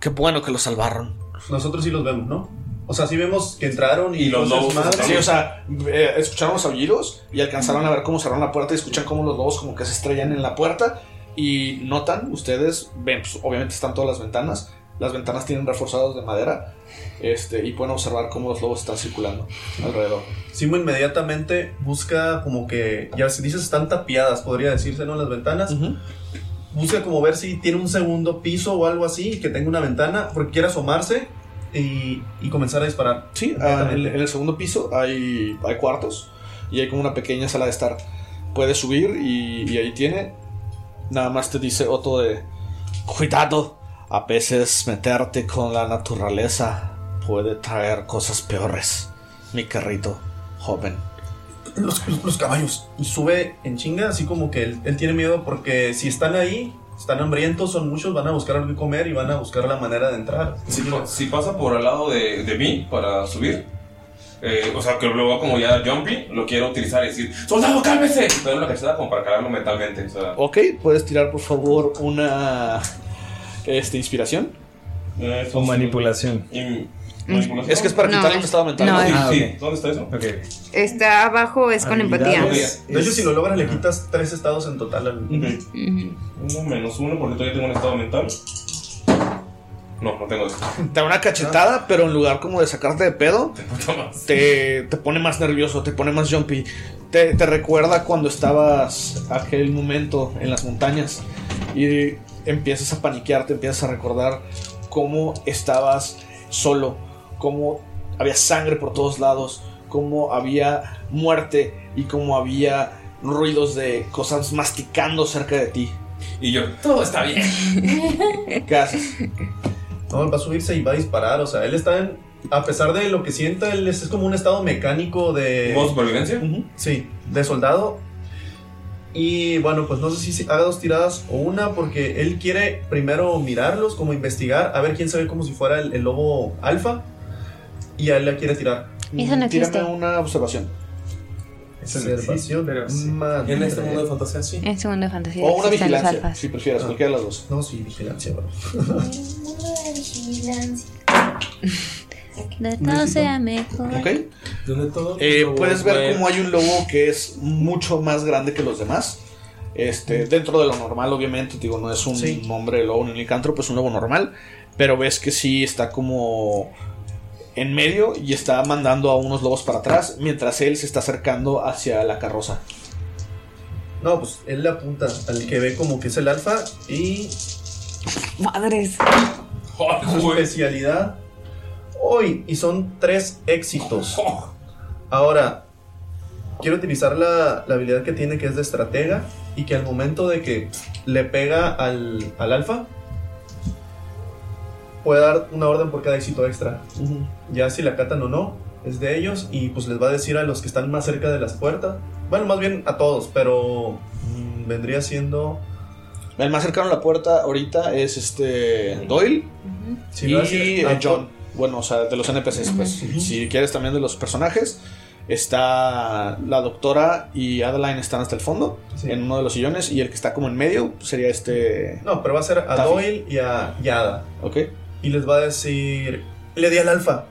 Qué bueno que los salvaron.
pues, Nosotros sí los vemos, ¿no? O sea, sí vemos que entraron y, entonces, madre-
Sí, o sea, eh, escucharon los aullidos y alcanzaron a ver cómo cerraron la puerta y escuchan cómo los lobos como que se estrellan en la puerta y notan, ustedes ven, pues, obviamente están todas las ventanas, las ventanas tienen reforzados de madera este, y pueden observar cómo los lobos están circulando alrededor.
Simo inmediatamente busca como que, ya si dices están tapiadas, podría decirse, ¿no? Las ventanas. Busca como ver si tiene un segundo piso o algo así, que tenga una ventana, porque quiere asomarse y, y comenzar a disparar.
Sí, Ah, en, el- en el segundo piso hay, hay cuartos y hay como una pequeña sala de estar. Puedes subir y, y ahí tiene. Nada más te dice Otto de... Cuidado, a veces meterte con la naturaleza puede traer cosas peores. Mi carrito, joven.
los, los- los caballos. Y sube en chinga, así como que él, él tiene miedo porque si están ahí, están hambrientos, son muchos, van a buscar algo que comer y van a buscar la manera de entrar.
Si, pa- si pasa por al lado de, de mí para subir, eh, o sea, que luego como ya jumpy, lo quiero utilizar y decir, ¡Soldado, cálmese! Pero una cachada como para cargarlo mentalmente. O sea,
Ok, puedes tirar por favor una... Este, inspiración. Eh,
O manipulación.
Mm.
manipulación.
Es que es para
No,
quitarle un
es-
estado mental.
no,
¿no?
es- Ah,
sí, ¿dónde está eso?
está abajo, es con empatía.
De hecho, si lo logras, le quitas tres estados en total al.
Uno menos uno porque todavía tengo un estado mental. No, no tengo eso.
Te da una cachetada, pero en lugar como de sacarte de pedo, te, te pone más nervioso, te pone más jumpy. Te, te recuerda cuando estabas aquel momento en las montañas y empiezas a paniquearte, empiezas a recordar cómo estabas solo, cómo había sangre por todos lados, cómo había muerte y cómo había ruidos de cosas masticando cerca de ti.
Y yo, todo está bien.
(laughs) ¿Qué haces?
No, él va a subirse y va a disparar. O sea, él está en. A pesar de lo que sienta, él es, es como un estado mecánico de.
¿Modo supervivencia?
Sí, de soldado. Y bueno, pues no sé si se haga dos tiradas o una, porque él quiere primero mirarlos, como investigar, a ver quién se ve como si fuera el, el lobo alfa. Y a él la quiere tirar.
Eso no
Tírame
existe.
una observación.
Observación. Madre.
En este mundo de fantasía, sí.
En segundo de fantasía.
O una
existen los
vigilancia,
alfas.
(laughs) si prefieres, cualquiera de las dos.
Ah. No, sí, vigilancia, bro.
De todo sea mejor.
Ok. Eh, puedes ver cómo hay un lobo que es mucho más grande que los demás.
Mm.
Este, dentro de lo normal, obviamente, digo, no es un hombre lobo ni un licántropo, es un lobo normal. Pero ves que sí está como en medio y está mandando a unos lobos para atrás mientras él se está acercando hacia la carroza.
No, pues él le apunta al que ve como que es el alfa y
Madres.
su especialidad hoy. Y son tres éxitos. Ahora, quiero utilizar la, la habilidad que tiene que es de estratega y que al momento de que le pega al, al alfa, puede dar una orden por cada éxito extra. Ya si la catan o no, es de ellos y pues les va a decir a los que están más cerca de las puertas. Bueno, más bien a todos, pero mm, vendría siendo...
El más cercano a la puerta ahorita es este Doyle
Sí,
y
va a decir-
eh, John. Bueno, o sea, de los NPCs, pues. Si quieres también de los personajes, está la doctora y Adeline están hasta el fondo, en uno de los sillones, y el que está como en medio pues, sería este.
No, pero va a ser a
Taffy.
Doyle y a Yada.
Ok.
Y les va a decir: Le di al alfa.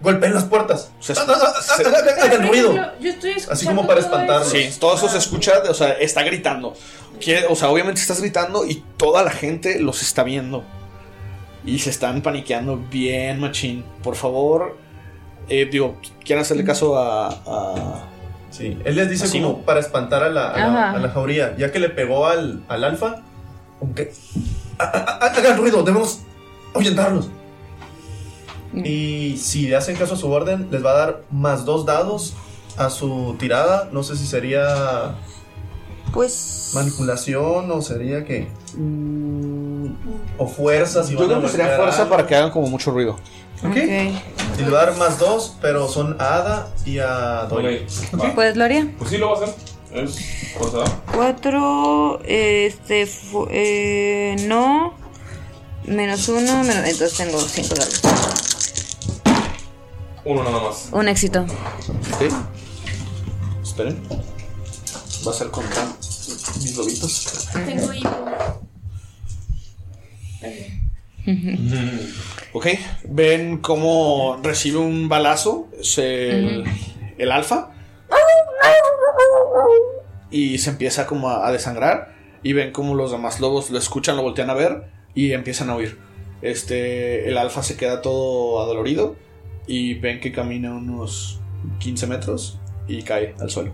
Golpeen las puertas. Ah, ah, ah, ah, ah, ah,
Pero,
Hagan
por
ruido.
ejemplo, Yo estoy escuchando todo
Sí,
eso. Ah,
todo eso se escucha, o sea, está gritando. Quiere- o sea, obviamente estás gritando y toda la gente los está viendo. Y se están paniqueando bien, machín. Por favor, eh, digo, ¿quieren
Mm.
hacerle caso a.
Sí, él les dice como para espantar a la, a la-
Ajá.
a la jauría. Ya que le pegó al, al alfa. aunque- ah, ah, ah, Hagan ruido, debemos ahuyentarlos.
Mm.
Y si le hacen caso a su orden, les va a dar más dos dados a su tirada. No sé si sería
Pues.
manipulación o sería que. O fuerza. Si
Mm. Yo
van
creo
a
que sería
golpear
fuerza
algo.
para que hagan como mucho ruido.
Y le va a dar más dos, pero son a Ada y a Doyle.
¿Puedes, Gloria?
Pues sí, lo va a hacer. Es forzado.
Cuatro, este, fu- eh, no, menos uno, menos- entonces tengo cinco dados.
Uno nada más.
Un éxito.
Ok. Esperen. Va a ser contar mis lobitos.
Tengo hipo.
Ok. Ven cómo recibe un balazo se- el, el alfa. Y se empieza como a, a desangrar. Y ven como los demás lobos lo escuchan, lo voltean a ver y empiezan a huir. Este, el alfa se queda todo adolorido. Y ven que camina unos 15 metros y cae al suelo.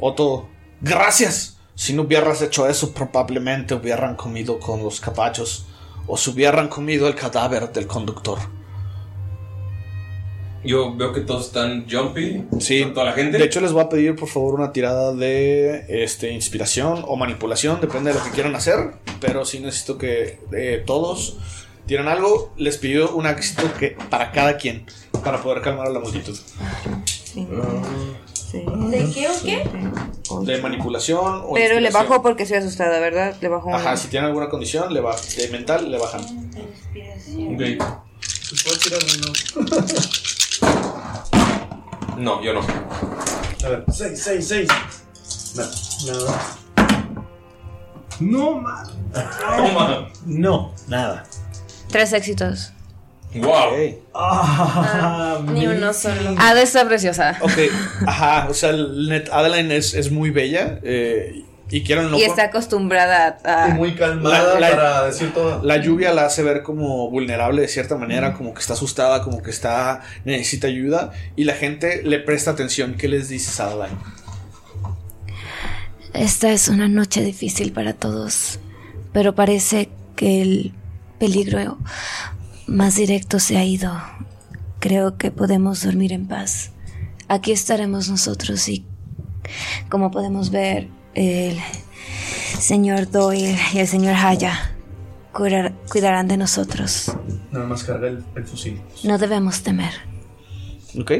Otto, gracias. Si no hubieras hecho eso, probablemente hubieran comido con los caballos o se hubieran comido el cadáver del conductor.
Yo veo que todos están jumpy.
Sí,
toda la gente.
De hecho, les voy a pedir por favor una tirada de este, inspiración o manipulación, depende de lo que quieran hacer. Pero sí necesito que eh, todos tiran algo. Les pido un éxito que, para cada quien, para poder calmar a la multitud.
¿De qué o qué?
De manipulación o
Pero le
inspiración.
bajo porque estoy asustada, ¿verdad? Le bajo un...
Ajá, si tienen alguna condición, le baj- de mental, le bajan.
¿Puedo tirar uno?
No, yo no.
A ver, seis, seis, seis. No, nada.
No, ma. No, nada.
Tres éxitos.
Wow.
Ah.
Ni uno solo. Ada está Ah, preciosa.
Ok, ajá, o sea, el net Adeline es, es muy bella eh, y quieran no
Y está acostumbrada a...
decir todo.
La lluvia la hace ver como vulnerable de cierta manera, como que está asustada, como que está necesita ayuda y la gente le presta atención. ¿Qué les dices a Adeline?
Esta es una noche difícil para todos, pero parece que el peligro más directo se ha ido. Creo que podemos dormir en paz. Aquí estaremos nosotros y, como podemos ver, el señor Doyle y el señor Haya curar- cuidarán de nosotros.
Nada más carga el, el fusil.
No debemos temer.
¿Ok?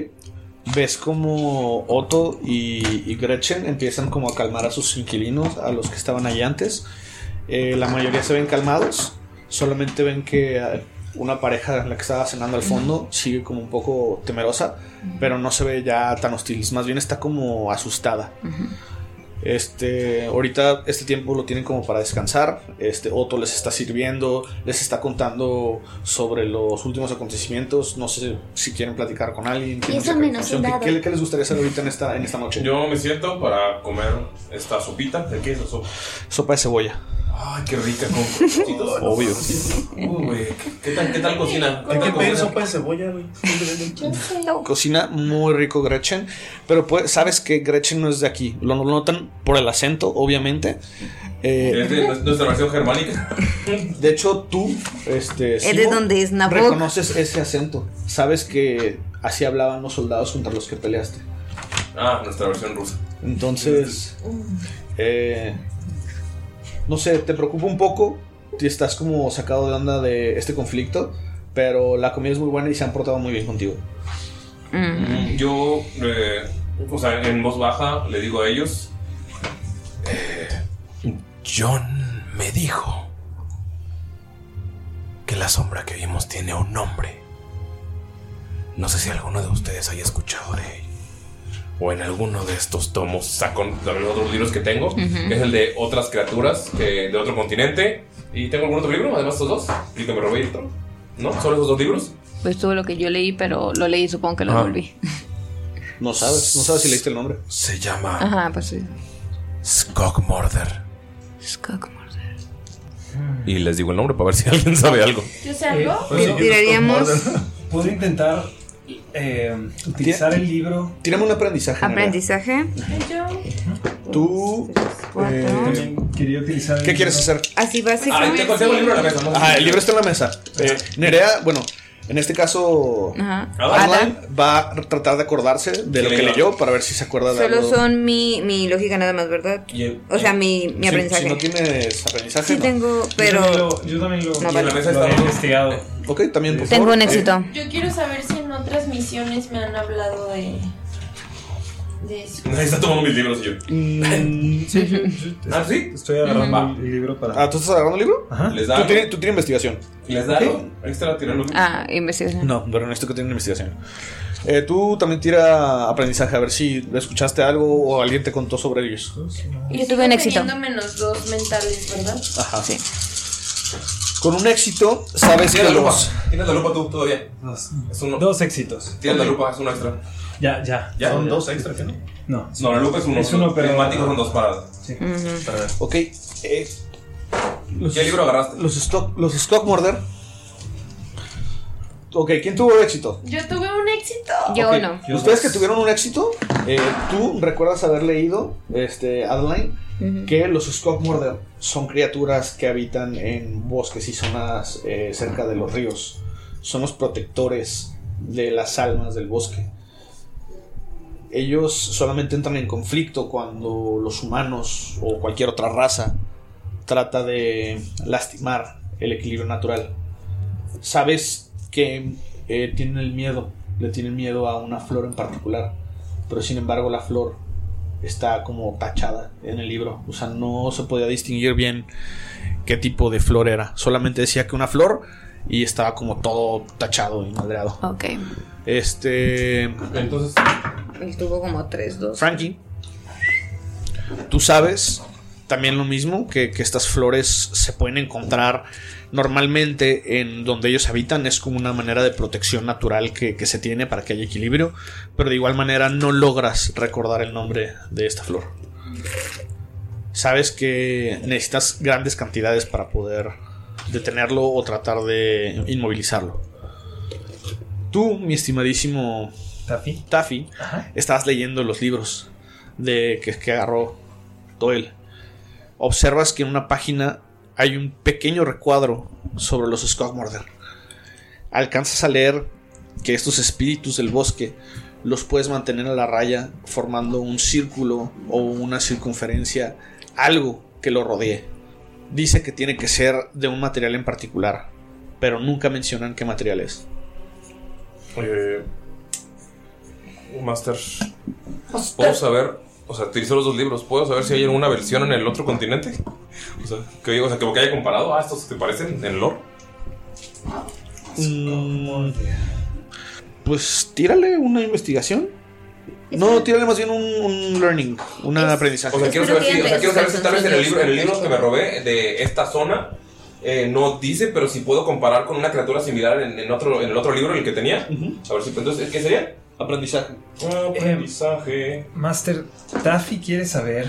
Ves como Otto y, y Gretchen empiezan como a calmar a sus inquilinos, a los que estaban allí antes. Eh, la mayoría se ven calmados, solamente ven que eh, una pareja, la que estaba cenando al fondo, sigue como un poco
Eh,
temerosa, pero no se ve ya tan hostil, más bien está como asustada. Este, ahorita este tiempo lo tienen como para descansar. Este, Otto les está sirviendo, les está contando sobre los últimos acontecimientos. No sé si quieren platicar con alguien. quieren
Eso
sacar
menos
información.
un
¿Qué-
dado.
¿Qué, qué les gustaría hacer ahorita en esta, en esta noche?
Yo me siento para comer esta sopita. ¿De qué es la sopa?
Sopa de cebolla.
Ay, qué rica con cositos.
Obvio.
Uy, güey, ¿qué- ¿Qué tal, ¿Qué tal cocina?
Hay que
tal
pedir
cocina?
sopa de cebolla, güey.
Cocina muy rico Gretchen, pero pues, sabes que Gretchen no es de aquí. Lo notan por el acento, obviamente. Eh,
Es de nues- nuestra versión
(laughs)
germánica.
De hecho, tú, este,
Es de
Simo,
donde es Nabok.
Reconoces ese acento. Sabes que así hablaban los soldados contra los que peleaste.
Ah, nuestra versión rusa.
Entonces, eh, no sé, te preocupa un poco. Te estás como sacado de onda de este conflicto, pero la comida es muy buena y se han portado muy bien contigo.
Mm, Yo, eh, o sea, en voz baja le digo a ellos. eh,
John me dijo que la sombra que vimos tiene un nombre. No sé si alguno de ustedes haya escuchado de ella.
o en alguno de estos tomos saco de los otros libros que tengo,
Ujú.
que es el de otras criaturas que- de otro continente. Y tengo algún otro libro, además de estos dos, y que me robé y el otro. ¿No? Solo esos dos libros.
Pues todo lo que yo leí, pero lo leí, supongo que lo
Ah.
volví.
No sabes, no sabes si leíste el nombre.
Se llama
Ajá, pues sí.
Skogmorder.
Y les digo el nombre para ver si (laughs) alguien sabe algo.
¿Yo sé algo?
pues
Tiraríamos-
Puedo intentar eh, utilizar el libro.
Tírame un aprendizaje.
Aprendizaje.
Tú.
eh, quería utilizar.
¿Qué quieres hacer?
Así básicamente.
Ajá, el libro está en la mesa. Eh, Nerea, bueno, en este caso.
Ajá.
Alan va a tratar de acordarse de lo que leyó para ver si se acuerda de
Solo
algo.
son mi, mi lógica nada más, ¿verdad? O sea, mi, mi
eh, Si-
aprendizaje.
Si no tienes aprendizaje.
Sí
no.
tengo, pero...
Yo también lo,
No, vale.
lo había investigado. Ok, también por favor. Eh,
Yo quiero saber si en otras misiones me han hablado de. de eso.
Ahí está tomando mis libros y yo. (laughs) ¿Ah, sí?
Estoy
agarrando
el libro para.
Ah, ¿tú estás agarrando el libro?
Ajá.
Les da
Tú
algo.
tienes, tú tienes investigación.
¿Les da
Ok.
algo? Ahí está la tirando.
Ah, investigación.
No, pero necesito que tienen investigación. Eh, tú también tira aprendizaje, a ver si escuchaste algo o alguien te contó sobre ellos.
Y
tuve un éxito.
teniendo menos dos mentales, ¿verdad?
Ajá. Sí. Con un éxito, sabes que
Tienes la lupa.
los.
Tienes la lupa tú todavía. Es uno. Dos
éxitos.
Tienes la lupa, es un extra.
Ya, ya.
Ya.
Son dos extra, ¿qué no?
No.
No, la lupa es uno.
Es uno, pero-
Prismático con dos paradas.
Sí.
Ok. eh,
¿Qué libro agarraste?
Los Stock, los stock Murder. Ok, ¿quién tuvo éxito?
Yo tuve un éxito.
Ok, Ustedes que tuvieron un éxito, eh, tú recuerdas haber leído, este, Adeline, que los Skogmorder son criaturas que habitan en bosques y zonas eh, cerca de los ríos. Son los protectores de las almas del bosque. Ellos solamente entran en conflicto cuando los humanos o cualquier otra raza trata de lastimar el equilibrio natural. Sabes que eh, tienen el miedo, le tienen miedo a una flor en particular, pero sin embargo la flor está como tachada en el libro, o sea, no se podía distinguir bien qué tipo de flor era, solamente decía que una flor y estaba como todo tachado y madreado.
Ok.
Este... Entonces...
Él tuvo como tres, dos.
Frankie, tú sabes también lo mismo, que, que estas flores se pueden encontrar normalmente en donde ellos habitan, es como una manera de protección natural que, que se tiene para que haya equilibrio, pero de igual manera no logras recordar el nombre de esta flor. Sabes que necesitas grandes cantidades para poder detenerlo o tratar de inmovilizarlo. Tú, mi estimadísimo
Taffy,
estabas leyendo los libros de que, que agarró Doyle. Observas que en una página hay un pequeño recuadro sobre los Skogmorder. Alcanzas a leer que estos espíritus del bosque los puedes mantener a la raya formando un círculo o una circunferencia, algo que lo rodee. Dice que tiene que ser de un material en particular, pero nunca mencionan qué material es.
Eh, Master. ¿Puedo saber? O sea, utilizo los dos libros. ¿Puedo saber si hay alguna versión en el otro continente? O sea, que, o sea, como que haya comparado. Ah, estos te parecen en el lore.
Mm, Pues tírale una investigación. No, tírale más bien un, un learning, un aprendizaje.
O sea, quiero saber, si, o sea, quiero saber si tal vez en el libro, en el libro que me robé de esta zona eh, no dice, pero si puedo comparar con una criatura similar en, en otro, en el otro libro, el que tenía. A ver si entonces, ¿qué sería? Aprendizaje. Aprendizaje.
eh, Master, Taffy quiere saber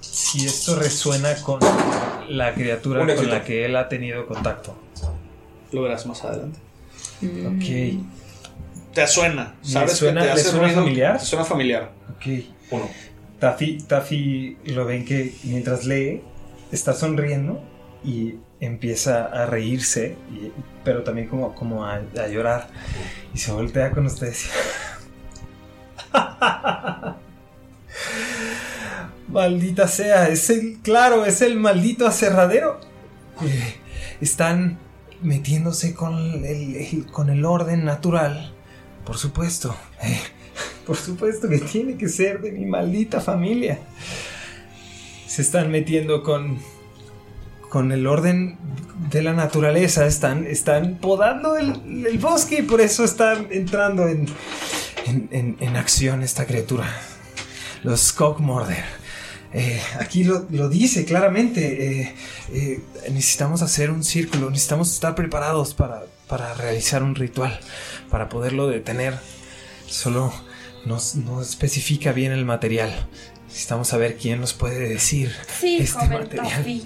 si esto resuena con la criatura
Un
con
éxito.
la que él ha tenido
(laughs)
contacto.
Lo verás más adelante.
Mm.
Ok.
Te suena,
¿Le
sabes
suena-
que te
le
hace
suena
ruido,
familiar?
Te suena familiar.
Ok. Taffy, Taffy lo ven que mientras lee está sonriendo y empieza a reírse, y- pero también como, como a, a llorar. Y se voltea con ustedes. (laughs) Maldita sea, es el, claro, es el maldito aserradero. Eh, Están metiéndose con el, el- con el orden natural, por supuesto. Eh, por supuesto que tiene que ser de mi maldita familia. Se están metiendo con con el orden de la naturaleza, están están podando el, el bosque y por eso están entrando en en, en- en acción esta criatura. Los Cockmorder. Eh, aquí lo, lo dice claramente. eh, eh, necesitamos hacer un círculo. Necesitamos estar preparados para, para realizar un ritual. Para poderlo detener. Solo nos, no especifica bien el material. Necesitamos saber quién nos puede decir
Sí,
este
joven
material.
Toffee.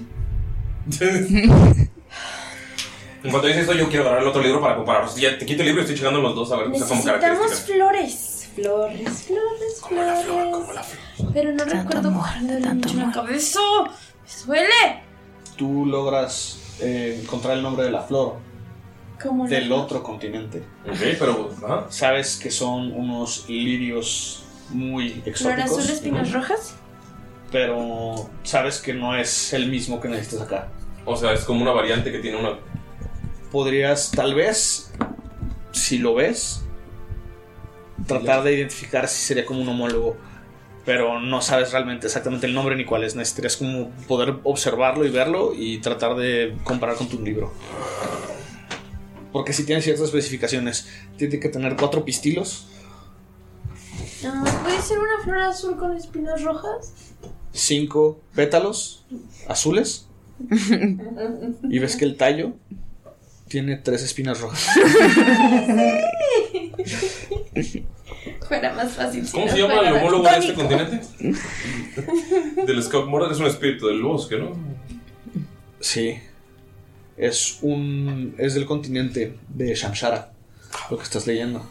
En cuanto dice eso, yo quiero agarrar el otro libro para comparar. O sea, ya te quito el libro y estoy checando los dos a ver o sea, como
Necesitamos
características.
flores. Flores, flores, flores. Pero no recuerdo cuándo le mucho la cabeza. ¡Me duele!
Tú logras eh, encontrar el nombre de la flor
Como
del otro continente.
Ok, pero.
Sabes que son unos lirios muy
¿Flor
exóticos.
azul, espinas rojas?
Pero sabes que no es el mismo que necesitas acá.
O sea, es como una variante que tiene una.
Podrías, tal vez, si lo ves, tratar de identificar si sería como un homólogo. Pero no sabes realmente exactamente el nombre ni cuál es. Necesitarías como poder observarlo y verlo y tratar de comparar con tu libro. Porque si tiene ciertas especificaciones, tiene que tener cuatro pistilos.
Ah, ¿Puede ser una flor azul con espinas rojas?
cinco pétalos azules y ves que el tallo tiene tres espinas (laughs) rojas.
Fuera más fácil. si
¿Cómo
no
se llama
fuera
el
tan
homólogo de este
tónico.
continente?
(laughs)
Del Scout es un espíritu del bosque, ¿no?
Sí. Es un es del continente de Shamshara, lo que estás leyendo.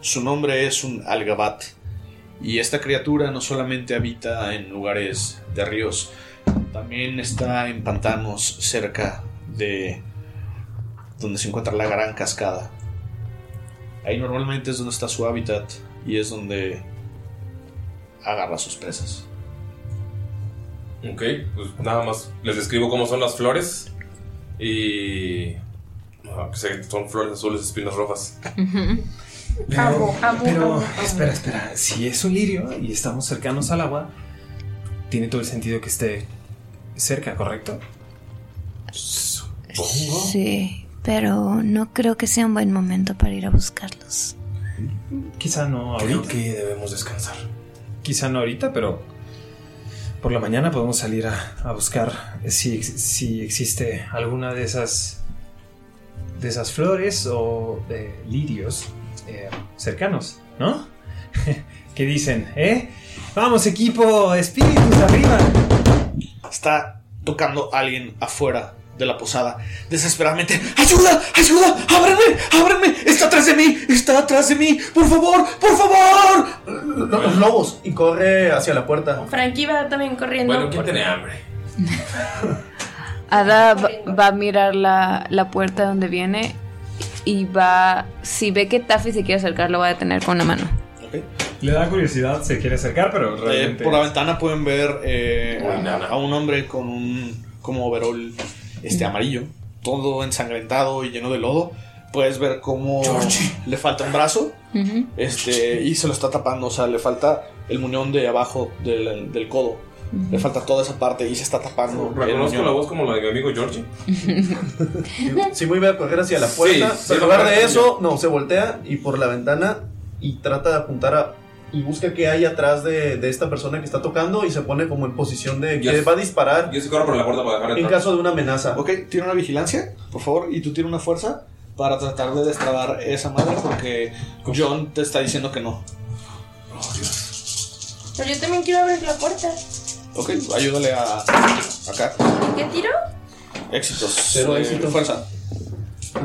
Su nombre es un algabat y esta criatura no solamente habita en lugares de ríos, también está en pantanos cerca de donde se encuentra la gran cascada. Ahí normalmente es donde está su hábitat y es donde agarra sus presas.
Ok, pues nada más les describo cómo son las flores. Y. ah, que sé, son flores azules, espinas rojas.
Pero,
Amo, amo,
pero,
amo, amo.
espera, espera. Si es un lirio y estamos cercanos al agua, tiene todo el sentido que esté cerca, ¿correcto?
Sí, pero no creo que sea un buen momento para ir a buscarlos.
Quizá no ahorita.
Creo
que debemos descansar. Quizá no ahorita, pero por la mañana podemos salir a, a buscar eh, si, ex- si existe alguna de esas de esas flores o eh, lirios eh, cercanos, ¿no? (laughs) ¿Qué dicen? ¿Eh? Vamos equipo, espíritus arriba.
Está tocando alguien afuera de la posada. Desesperadamente. ¡Ayuda! ¡Ayuda! ¡Ábranme! ¡Ábranme! ¡Está atrás de mí! ¡Está atrás de mí! ¡Por favor! ¡Por favor!
Los lobos y corre hacia la puerta.
Frankie va también corriendo.
tiene hambre?
Ada va, va a mirar la, la puerta donde viene y va. Si ve que Taffy se quiere acercar, lo va a detener con la mano.
Le da curiosidad, se quiere acercar, pero
Eh,
realmente
por la
es-
ventana pueden ver eh, a, a un hombre con un como overol este amarillo, todo ensangrentado y lleno de lodo. Puedes ver cómo le falta un brazo este, y se lo está tapando, o sea, le falta el muñón de abajo del, del codo. Le falta toda esa parte y se está tapando. el
Reconozco
muñón.
la voz como la de mi amigo Georgie.
Si me iba a correr hacia la puerta,
Sí,
pero
sí,
en lugar
la
de
puerta
eso, no, se voltea y por la ventana y trata de apuntar a y busca qué hay atrás de, de esta persona que está tocando y se pone como en posición de que
Yo-
va a disparar.
Yo sí corro por la puerta para dejar
En
entrar.
caso de una amenaza.
Ok, tira una vigilancia, por favor, y tú tira una fuerza para tratar de destrabar esa madre porque John te está diciendo que no.
Pero yo también quiero abrir la puerta.
Ok, ayúdale a. Acá.
¿Qué tiro?
Éxitos. Eh,
Cero éxitos.
Fuerza.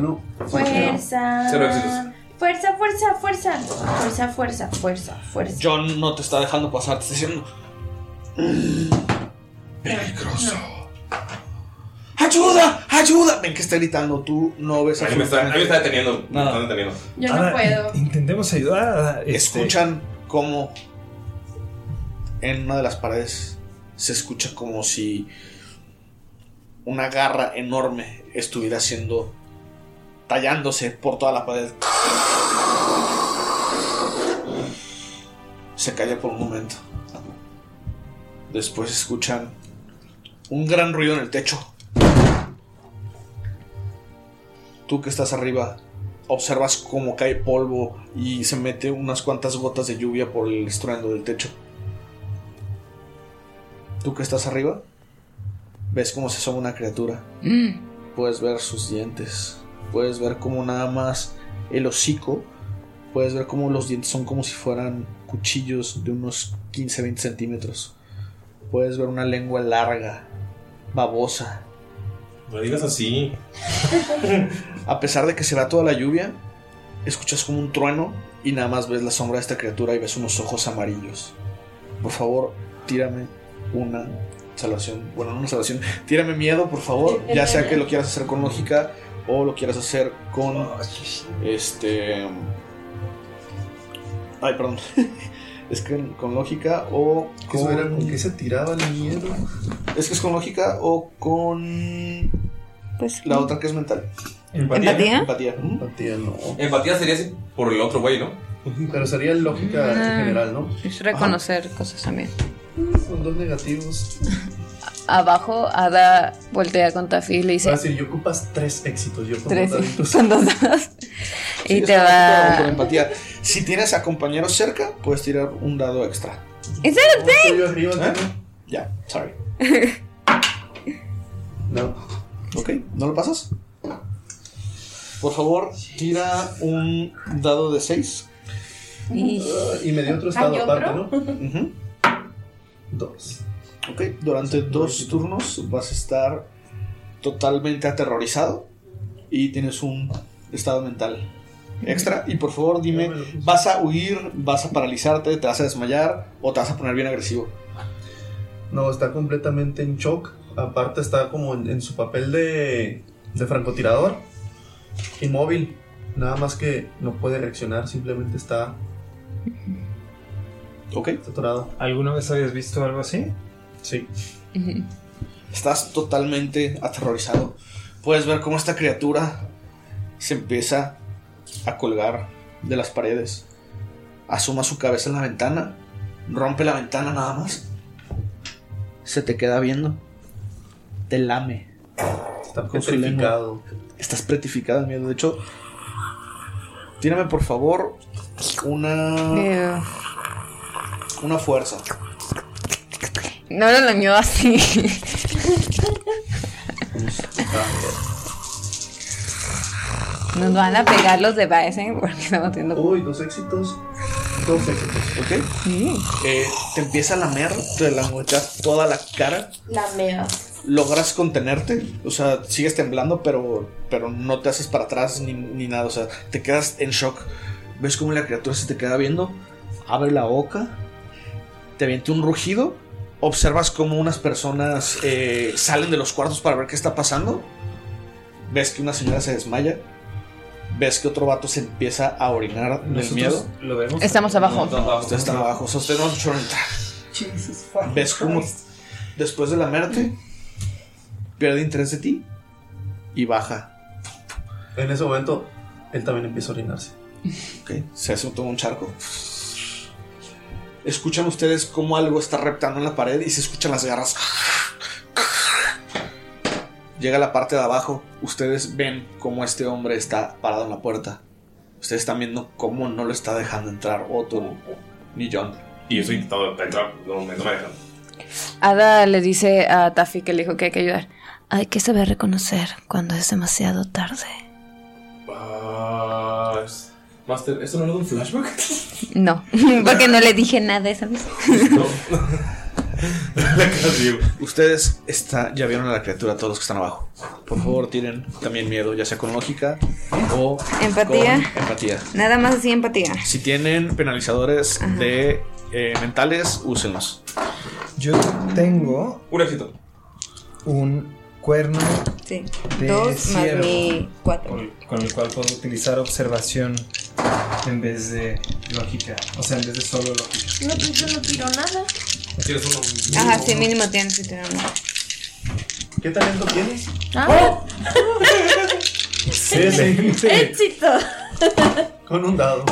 No.
Fuerza.
Cero éxitos.
Fuerza, fuerza, fuerza. Fuerza, fuerza, fuerza, fuerza.
John no te está dejando pasar, te está diciendo. Peligroso. ¡Ayuda! ¡Ayuda! Ven que está gritando, tú no ves
Ahí me está- ahí me está deteniendo, me
Nada.
está deteniendo.
Yo
Ahora,
no puedo.
Intentemos ayudar. este,
Escuchan como en una de las paredes se escucha como si una garra enorme estuviera siendo tallándose por toda la pared. Se calla por un momento. Después escuchan un gran ruido en el techo. Tú que estás arriba, observas cómo cae polvo y se mete unas cuantas gotas de lluvia por el estruendo del techo. Tú que estás arriba, ves cómo se asoma una criatura. Puedes ver sus dientes. Puedes ver como nada más el hocico. Puedes ver cómo los dientes son como si fueran cuchillos de unos 15-20 centímetros. Puedes ver una lengua larga, babosa.
No digas así.
A pesar de que se va toda la lluvia, escuchas como un trueno y nada más ves la sombra de esta criatura y ves unos ojos amarillos. Por favor, tírame una salvación. Bueno, no una salvación. Tírame miedo, por favor. Ya sea que lo quieras hacer con lógica o lo quieras hacer con. Este. Ay, perdón. (laughs) Es que con lógica o con.
¿Con qué se tiraba el miedo?
Es que es con lógica o con.
Pues.
La otra que es mental.
¿Empatía?
¿Empatía?
Empatía.
Empatía no.
Empatía sería así por el otro güey, ¿no?
Pero sería lógica en general, ¿no?
Es reconocer cosas también.
Son dos negativos.
Abajo, Ada voltea con Tafi y le dice:
Es decir, yo ocupas tres éxitos. Yo con
Tres,
dos
(laughs)
dados.
son dos dados. Y
Sí, es
te
una
Ah.
tirada con
va.
empatía. Si tienes a compañeros cerca, puedes tirar un dado extra.
Oh,
¡Espérate!
¿Eh? Ya, sorry.
(laughs)
No. Ok, ¿no lo pasas? Por favor, tira un dado de 6.
Ah, Y me dio otro estado aparte, ¿no?
Dos. Ok, durante dos turnos vas a estar totalmente aterrorizado y tienes un estado mental extra. Y por favor dime, ¿vas a huir, vas a paralizarte, te vas a desmayar o te vas a poner bien agresivo?
No, está completamente en shock. Aparte está como en, en su papel de, de francotirador. Inmóvil. Nada más que no puede reaccionar, simplemente está...
Ok.
Saturado.
¿Alguna vez habías visto algo así?
Sí.
Estás totalmente aterrorizado. Puedes ver cómo esta criatura se empieza a colgar de las paredes. Asoma su cabeza en la ventana. Rompe la ventana nada más. Se te queda viendo. Te lame. Está
petrificado.
Estás petrificado de miedo. De hecho, tírame por favor
Eh.
una,
Ew.
una fuerza.
No lo lamió así. Nos van a pegar los de Bison porque estamos haciendo.
Uy, dos éxitos. Dos éxitos.
Ok. Eh, te empieza a lamer, te langochas toda la cara.
La mea.
logras contenerte, o sea, sigues temblando, pero, pero no te haces para atrás ni, ni nada, o sea, te quedas en shock. Ves cómo la criatura se te queda viendo, abre la boca, te avienta un rugido, observas cómo unas personas eh, salen de los cuartos para ver qué está pasando, ves que una señora se desmaya, ves que otro vato se empieza a orinar del
Nosotros
miedo.
Lo vemos.
Estamos abajo.
No, no, ustedes están abajo, o sea, ustedes no nos echaron entrar. ¿Ves cómo después de lamerte pierde interés de ti y baja?
En ese momento, él también empieza a orinarse.
¿ok? Se hace todo un charco. Escuchan ustedes cómo algo está reptando en la pared y se escuchan las garras. Llega la parte de abajo, ustedes ven cómo este hombre está parado en la puerta. Ustedes están viendo cómo no lo está dejando entrar otro.
Ni John. Y yo estoy intentando entrar, no me, no me dejan.
Ada le dice a Taffy que le dijo que hay que ayudar.
Hay que saber reconocer cuando es demasiado tarde.
Ah, es- Master, ¿esto no es un flashback?
No, (laughs) porque no le dije nada esa vez.
Ustedes está- ya vieron a la criatura, todos los que están abajo. Por favor, tiren también miedo, ya sea con lógica o
Empatía.
con empatía.
Nada más así empatía.
Si tienen penalizadores de eh, mentales, úsenlos.
Yo tengo
Un éxito.
un cuerno
Sí.
de
Dos más
ciervo,
mi cuatro.
con el cual puedo utilizar observación en vez de lógica. O sea, en vez de solo lógica.
No, pues yo no tiro nada.
¿Tienes uno?
Ajá, sí, mínimo tienes que tener uno.
¿Qué talento tienes?
Ah.
Oh.
(laughs)
¿Eh?
Excelente.
¡Éxito!
Con un dado.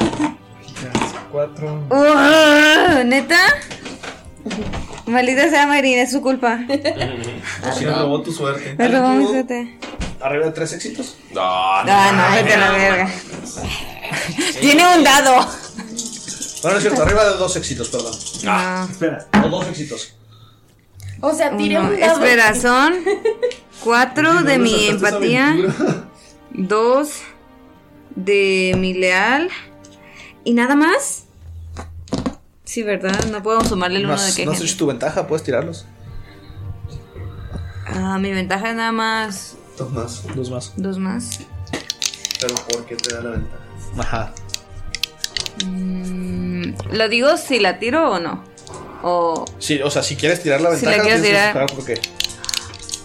Cuatro.
¡Uh! ¿Neta? Maldita sea Marina, es su
(laughs)
culpa.
Se robó tu suerte.
Me robó mi suerte.
¿Arriba de tres éxitos?
No,
Ah, no, vete a la verga. Tiene un dado.
Bueno, no es cierto, arriba de dos éxitos, perdón.
Ah.
Espera, o dos éxitos.
O sea, tiré
Uno.
un dado.
Espera,
(laughs)
son cuatro de
no
mi
saltaste esa
empatía, (laughs) dos de mi leal y nada más. Sí, ¿verdad? No podemos sumarle el uno de
Más-
que
¿No has hecho tu ventaja? ¿Puedes tirarlos?
Ah, mi ventaja es nada más
Dos más.
Dos más.
dos más.
Pero ¿por qué te da la ventaja?
Ajá.
Mm, ¿Lo digo si la tiro o no? O
Sí, o sea, si quieres tirar la
Si la
ventaja,
quieres
tienes que
tirar.
explicar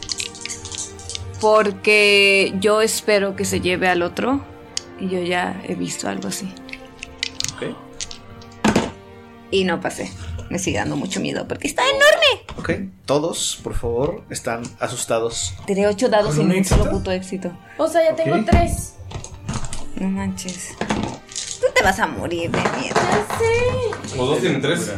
por qué.
porque yo espero que se lleve al otro y yo ya he visto algo así.
Ok.
Y no pasé. Me sigue dando mucho miedo porque está enorme.
Ok, todos, por favor, están asustados.
Tiré ocho dados
¿Con
sin
un
un solo
éxito?
puto éxito.
O sea, ya tengo
Ok.
tres.
No manches. Tú te vas a morir de miedo.
Los dos tienen tres.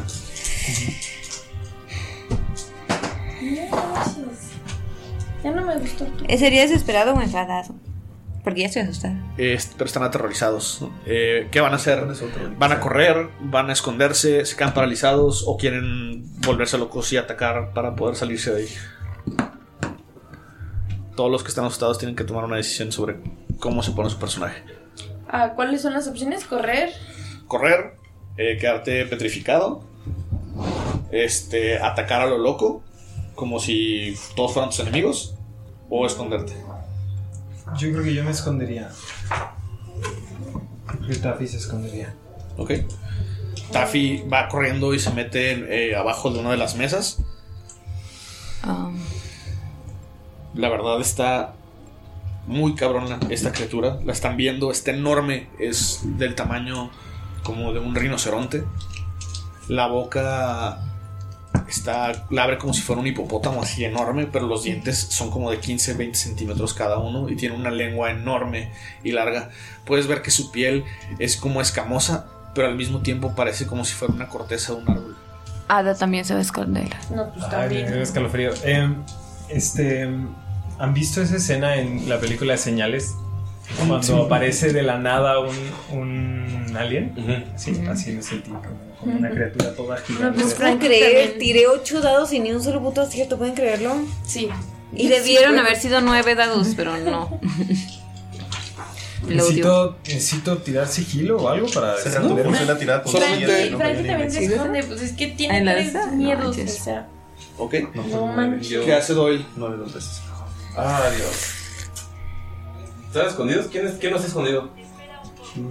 Ya no me gustó. ¿Sería desesperado o enfadado? Porque ya estoy asustada.
Eh, pero están aterrorizados. ¿no? Eh, ¿Qué van a hacer? ¿Van a correr? ¿Van a esconderse? ¿Se quedan paralizados? ¿O quieren volverse locos y atacar para poder salirse de ahí? Todos los que están asustados tienen que tomar una decisión sobre cómo se pone su personaje.
Ah, ¿Cuáles son las opciones? Correr.
Correr, eh, quedarte petrificado, este, atacar a lo loco, como si todos fueran tus enemigos, o esconderte.
Yo creo que yo me escondería. Creo que Taffy se escondería.
Ok. Taffy va corriendo y se mete eh, abajo de una de las mesas.
Um,
La verdad está muy cabrona esta criatura. La están viendo, está enorme. Es del tamaño como de un rinoceronte. La boca está, la abre como si fuera un hipopótamo así enorme, pero los dientes son como de 15, 20 centímetros cada uno y tiene una lengua enorme y larga. Puedes ver que su piel es como escamosa, pero al mismo tiempo parece como si fuera una corteza de un árbol.
Ada también se va a esconder.
No, pues
Ay, me dio escalofrío. Em, este, em, ¿Han visto esa escena en la película Señales? Cuando
Sí.
aparece de la nada un, un alien. Sí, así me sentí como, como una
Ujú.
criatura toda gigante.
¿Pueden creer? Tiré ocho dados y ni un solo puto acierto. ¿Pueden creerlo? Sí. Y debieron
Sí,
haber sido nueve dados, pero no.
necesito, necesito tirar sigilo o algo para
Se rato funciona tirada con
Frankie, Frankie también se esconde. Pues es que tiene
Ah, ¿En la
tres
esa? No
miedos. o
manches.
sea,
Ok.
no manches.
¿Qué hace Doyle?
Ah, Adiós. ¿Están escondidos? ¿Quién, es, ¿Quién nos ha escondido?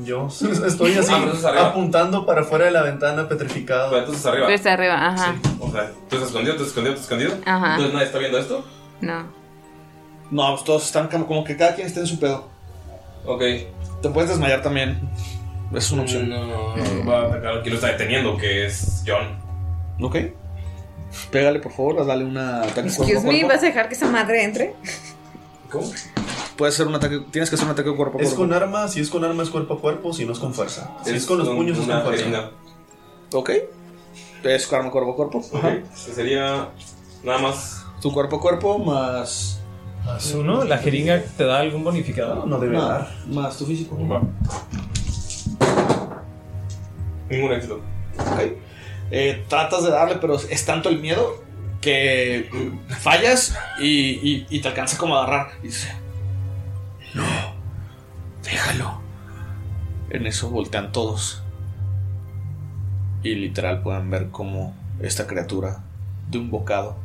Yo (laughs) Estoy así,
Ah, pero eso es arriba.
apuntando para afuera de la ventana petrificado.
Pero entonces arriba.
Pero está arriba, ajá.
O sea, tú estás escondido, tú estás escondido, tú estás escondido.
Ajá.
Entonces nadie está viendo esto.
No.
No, pues todos están como, como que cada quien está en su pedo.
Ok. Mm,
Te puedes desmayar también. Es una opción.
No, no,
Eh.
no. Va a atacar al que lo está deteniendo, que es John.
Ok. Pégale, por favor, dale una ataque cuerpo a
Excuse me,
cuerpo.
¿vas a dejar que esa madre entre?
¿Cómo?
Puedes hacer un ataque, tienes que hacer un ataque cuerpo a
Es
cuerpo.
con arma, si es con arma es cuerpo a cuerpo, si no es con fuerza. Si es,
Es
con los
con
puños es
una
con fuerza.
jeringa.
Ok. Es con arma cuerpo a cuerpo. Ajá.
Ok. Sería nada más.
Tu cuerpo a cuerpo más.
Más uno, Ah, ¿la jeringa te da algún bonificador? No,
debe dar. Más tu físico.
Ningún éxito.
Eh, tratas de darle, pero es tanto el miedo que mm, fallas y, y- y te alcanza como a agarrar. Y dice, no, déjalo. En eso voltean todos. Y literal pueden ver como esta criatura, de un bocado,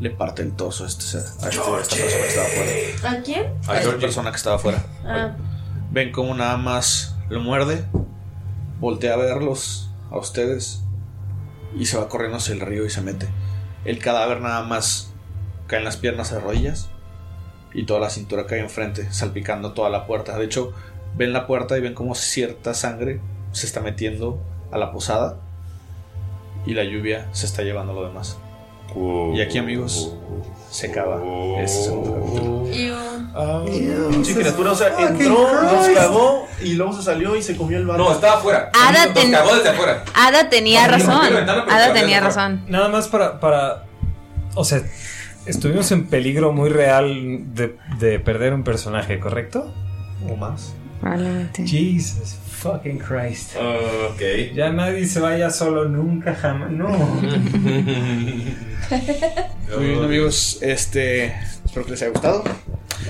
le parte el torso a, este, a este- a esta persona que estaba afuera.
¿A quién?
A esta persona que estaba afuera.
Ah,
Ven cómo nada más lo muerde, voltea a verlos, a ustedes, y se va corriendo hacia el río y se mete. El cadáver nada más cae en las piernas a rodillas y toda la cintura cae enfrente, salpicando toda la puerta. De hecho, ven la puerta y ven cómo cierta sangre se está metiendo a la posada y la lluvia se está llevando lo demás. Y aquí, amigos, se acaba este segundo capítulo.
Pinche criatura, o sea, entró, nos cagó y luego se salió y se comió el barro.
No, estaba afuera.
Ada
Nos
ten-
cagó desde
(laughs)
afuera.
Ada tenía
Abrimos la
razón.
ventana, pero
Ada
también
tenía
afuera.
razón.
Nada más para, para. O sea, estuvimos en peligro muy real de, de perder un personaje, ¿correcto? ¿O más?
Probablemente.
Jesus fucking Christ.
ok.
Ya nadie se vaya solo nunca jamás. No.
Muy bien, amigos, este, espero que les haya gustado.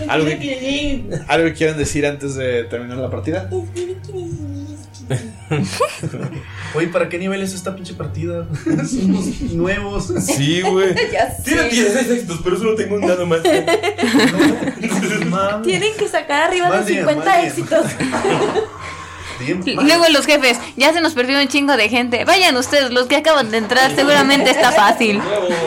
¿Algo que, algo que quieran decir antes de terminar la partida?
Oye, ¿para qué nivel es esta
(laughs)
pinche partida? Somos nuevos.
Sí, güey. Tiene 16 éxitos, pero solo tengo un dado más. (laughs)
Tienen que sacar arriba
Más
de
bien,
50
más bien.
éxitos.
Y Luego los jefes, ya se nos perdió un chingo de gente. Vayan ustedes, los que acaban de entrar, seguramente está fácil.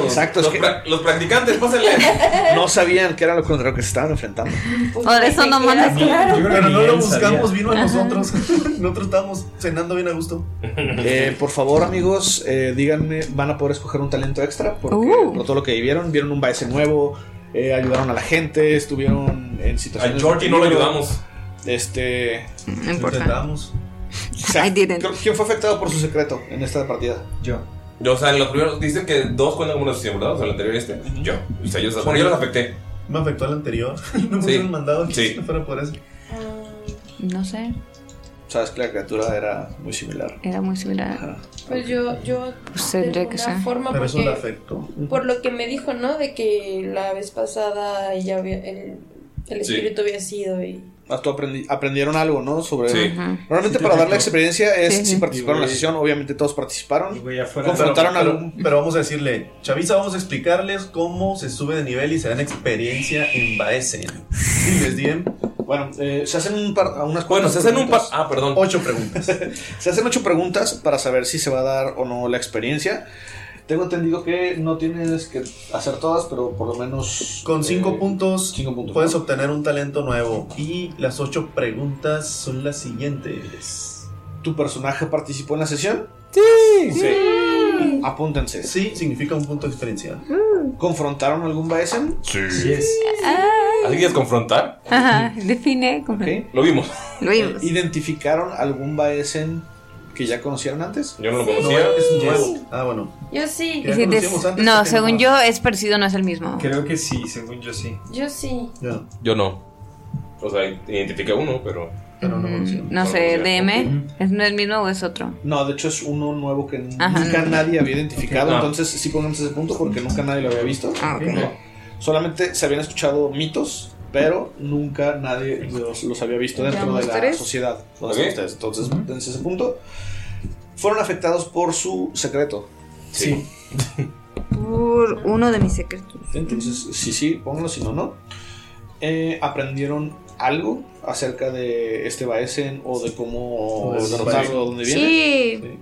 Exacto, los,
practicantes, pásenle.
(laughs) No sabían que era lo contrario que se estaban enfrentando.
Por eso no mandas.
Pero no lo buscamos,
sabía.
vino a
Ajá.
nosotros. (laughs) Nosotros estábamos cenando bien a
(laughs)
gusto.
Eh, por favor, amigos, eh, díganme, van a poder escoger un talento extra porque
Uh.
no todo lo que vivieron, vieron un baile nuevo, eh, ayudaron a la gente, estuvieron en situaciones.
A Georgie
de
no lo
peligro.
ayudamos.
Este.
No importa. Intentamos.
O sea, creo- ¿Quién fue afectado por su secreto en esta partida?
Yo.
Yo, o sea, en los primeros dicen que dos cuentan como una sesión, ¿verdad? O sea, el anterior y este. Yo. O sea, yo, bueno, yo los afecté.
Me afectó al anterior. (laughs) No me
Sí.
hubieran mandado que
Sí.
fuera por eso.
No sé,
Sabes que la criatura era muy similar.
era muy similar.
pues yo, yo
Pues tendría que
de alguna
ser.
forma
Pero eso
porque-
le afectó.
Por lo que me dijo, ¿no? De que la vez pasada ella había- el, el
Sí.
espíritu había sido y...
Ah, tú aprendi- aprendieron algo, ¿no? Sobre.
Sí.
Ajá.
Normalmente
Sí,
para dar
perfecto.
la experiencia es
Sí,
si
sí.
participaron en la
Y, güey,
sesión, obviamente todos participaron. confrontaron
Confrontaron
a
pero,
algún.
pero vamos a decirle, Chavisa, vamos a explicarles cómo se sube de nivel y se dan experiencia en
(laughs)
Baesen. Y les dieron.
Bueno, eh, se hacen un par, a unas
Bueno, se hacen un par.
preguntas.
Ah, perdón. (laughs)
Ocho preguntas. se hacen ocho preguntas para saber si se va a dar o no la experiencia. Tengo entendido que no tienes que hacer todas, pero por lo menos.
Con cinco
eh,
puntos, puedes obtener un talento nuevo. Y las ocho preguntas son las siguientes.
¿Tu personaje participó en la sesión?
Sí.
Sí. Apúntense.
Sí, significa un punto de experiencia.
¿Confrontaron algún Baesen?
Sí.
Ah,
¿Alguien quieres confrontar?
ajá, define. como-
Lo vimos.
Lo vimos.
Eh, (laughs) ¿Identificaron algún Baesen que ya conocieron antes?
Yo no lo
conocía. No, es nuevo. Ah, bueno.
Yo sí.
Es decir, des- no, según yo es parecido, no es el mismo.
Creo que sí, según yo sí.
Yo sí.
Yo no. O sea, identifiqué uno, pero.
No
pues
sé, DM, ¿es no es el mismo o es otro?
No, de hecho es uno nuevo que
Ajá.
nunca nadie había identificado.
Ok. Ah.
Entonces sí pongamos ese punto porque nunca nadie lo había visto. No. Solamente se habían escuchado mitos, pero nunca nadie los, los había visto dentro de
Llevamos
la
tres.
sociedad. donde
Ok.
están ustedes. Entonces, dense ese punto. Fueron afectados por su secreto. Sí.
Por uno de mis secretos.
Entonces, sí, sí, pónganlo, si no, no. Eh, ¿Aprendieron algo acerca de este Baesen o de cómo
O de
derrotarlo
Baesen.
o dónde viene?
Sí.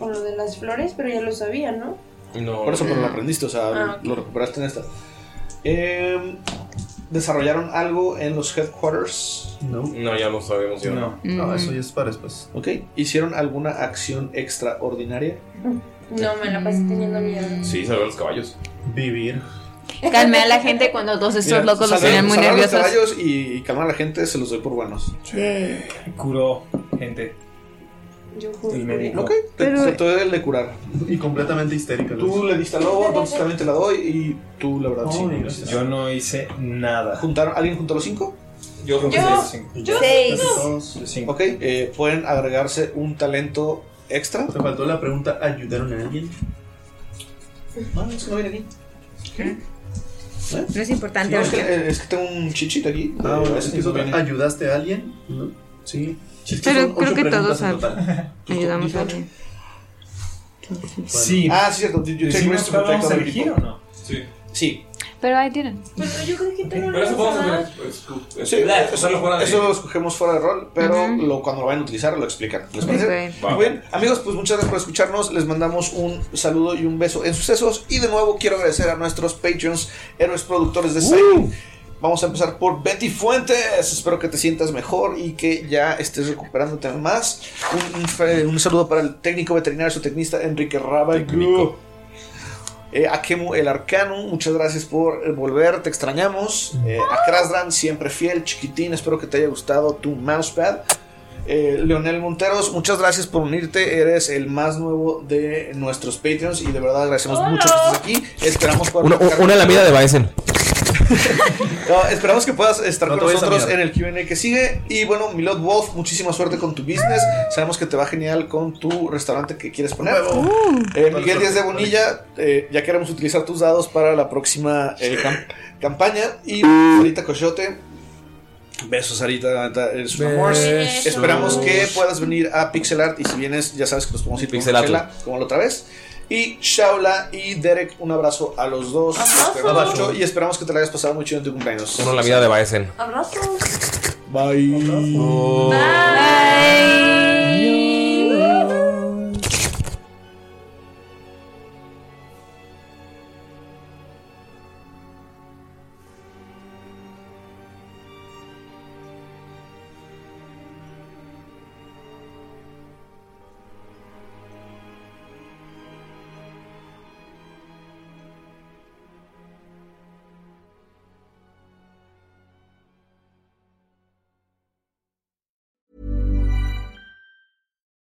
O lo de las flores, pero ya lo sabía, ¿no?
No.
Por eso pero lo aprendiste, o sea,
Ah,
lo recuperaste en esta. Eh, ¿Desarrollaron algo en los headquarters?
No.
No, ya lo sabemos. Yo
No.
Mm.
No, eso ya es para después.
Ok. ¿Hicieron alguna acción extraordinaria?
Mm.
No, me la pasé teniendo miedo.
Sí, salvar los caballos.
Vivir.
Calmé a la gente cuando dos de estos
Mira,
locos los
salvar-
tenían muy
salvar los
nerviosos.
caballos y, y calmar a la gente se los doy por buenos.
Curó gente.
Yo
El médico.
Ok, te- te trató de- de curar.
Y completamente histérica.
Tú le diste al lobo, entonces también te la doy y tú la verdad
Oh,
sí.
Dios. Yo no hice nada.
¿Juntaron, ¿Alguien juntó los cinco?
Yo creo que
Yo-
seis.
yo
Seis.
Ok, eh, pueden agregarse un talento extra. ¿Eh?
Te faltó la pregunta, ¿ayudaron a alguien?
No, eso no viene aquí. ¿Eh?
No es importante.
No, es, que,
porque-
eh, es que tengo un chichito aquí.
Ah, bueno,
Eh,
es
ese
que es
no
otra.
viene.
¿Ayudaste a alguien? ¿No? Sí. Sí, es que
Pero
son
creo
ocho
que
preguntas
todos
en
al-
total.
(laughs) ayudamos a alguien.
Sí. Ah, sí, cierto. Did you take
¿Decimos
risks to
cuál
protect
vamos a
other
elegir
people?
o no?
Sí.
Sí.
Pero ahí tienen.
Pero yo creo que te lo
Pero eso pues, podemos
vamos a
hacer. es- es-
Sí,
es-
eso,
Eso lo fuera de-
eso lo escogemos fuera de rol, pero lo, cuando lo vayan a utilizar lo explican. ¿Les parece?
Ok. Va.
Muy bien, amigos, pues muchas gracias por escucharnos. Les mandamos un saludo y un beso en sucesos. Y de nuevo quiero agradecer a nuestros Patreons, héroes productores de Psyche. Vamos a empezar por Betty Fuentes. Espero que te sientas mejor y que ya estés recuperándote más. Un, un fe- un saludo para el técnico veterinario, su tecnista Enrique Rabaglú. Eh, Akemu el Arcano, muchas gracias por eh, volver, te extrañamos.
Mm.
Eh, a Krasdran, siempre fiel, chiquitín, espero que te haya gustado tu mousepad. Eh, Leonel Monteros, muchas gracias por unirte, eres el más nuevo de nuestros Patreons y de verdad agradecemos mucho que estés aquí. Esperamos poder
Una,
platicar
una lamida de
contigo.
Bison.
No, esperamos que puedas estar
No te
con
vayas a
nosotros
mirar.
en el QA que sigue. Y bueno, Milot Wolf, muchísima suerte con tu business. Sabemos que te va genial con tu restaurante que quieres poner. Eh, Miguel Díaz de Bonilla, eh, ya queremos utilizar tus dados para la próxima eh, cam- campaña. Y Sarita Coyote. Besos, Sarita, la neta, eres un amor.
Besos.
Esperamos que puedas venir a Pixel Art. Y si vienes, ya sabes que nos podemos ir con
Pixel Art.
Coachella, como la otra vez. Y Shaula y Derek, un abrazo a los dos. Los queremos
Abrazo.
mucho Y esperamos que te la hayas pasado muy chido en tu cumpleaños.
Una lamida de Bison.
Bye.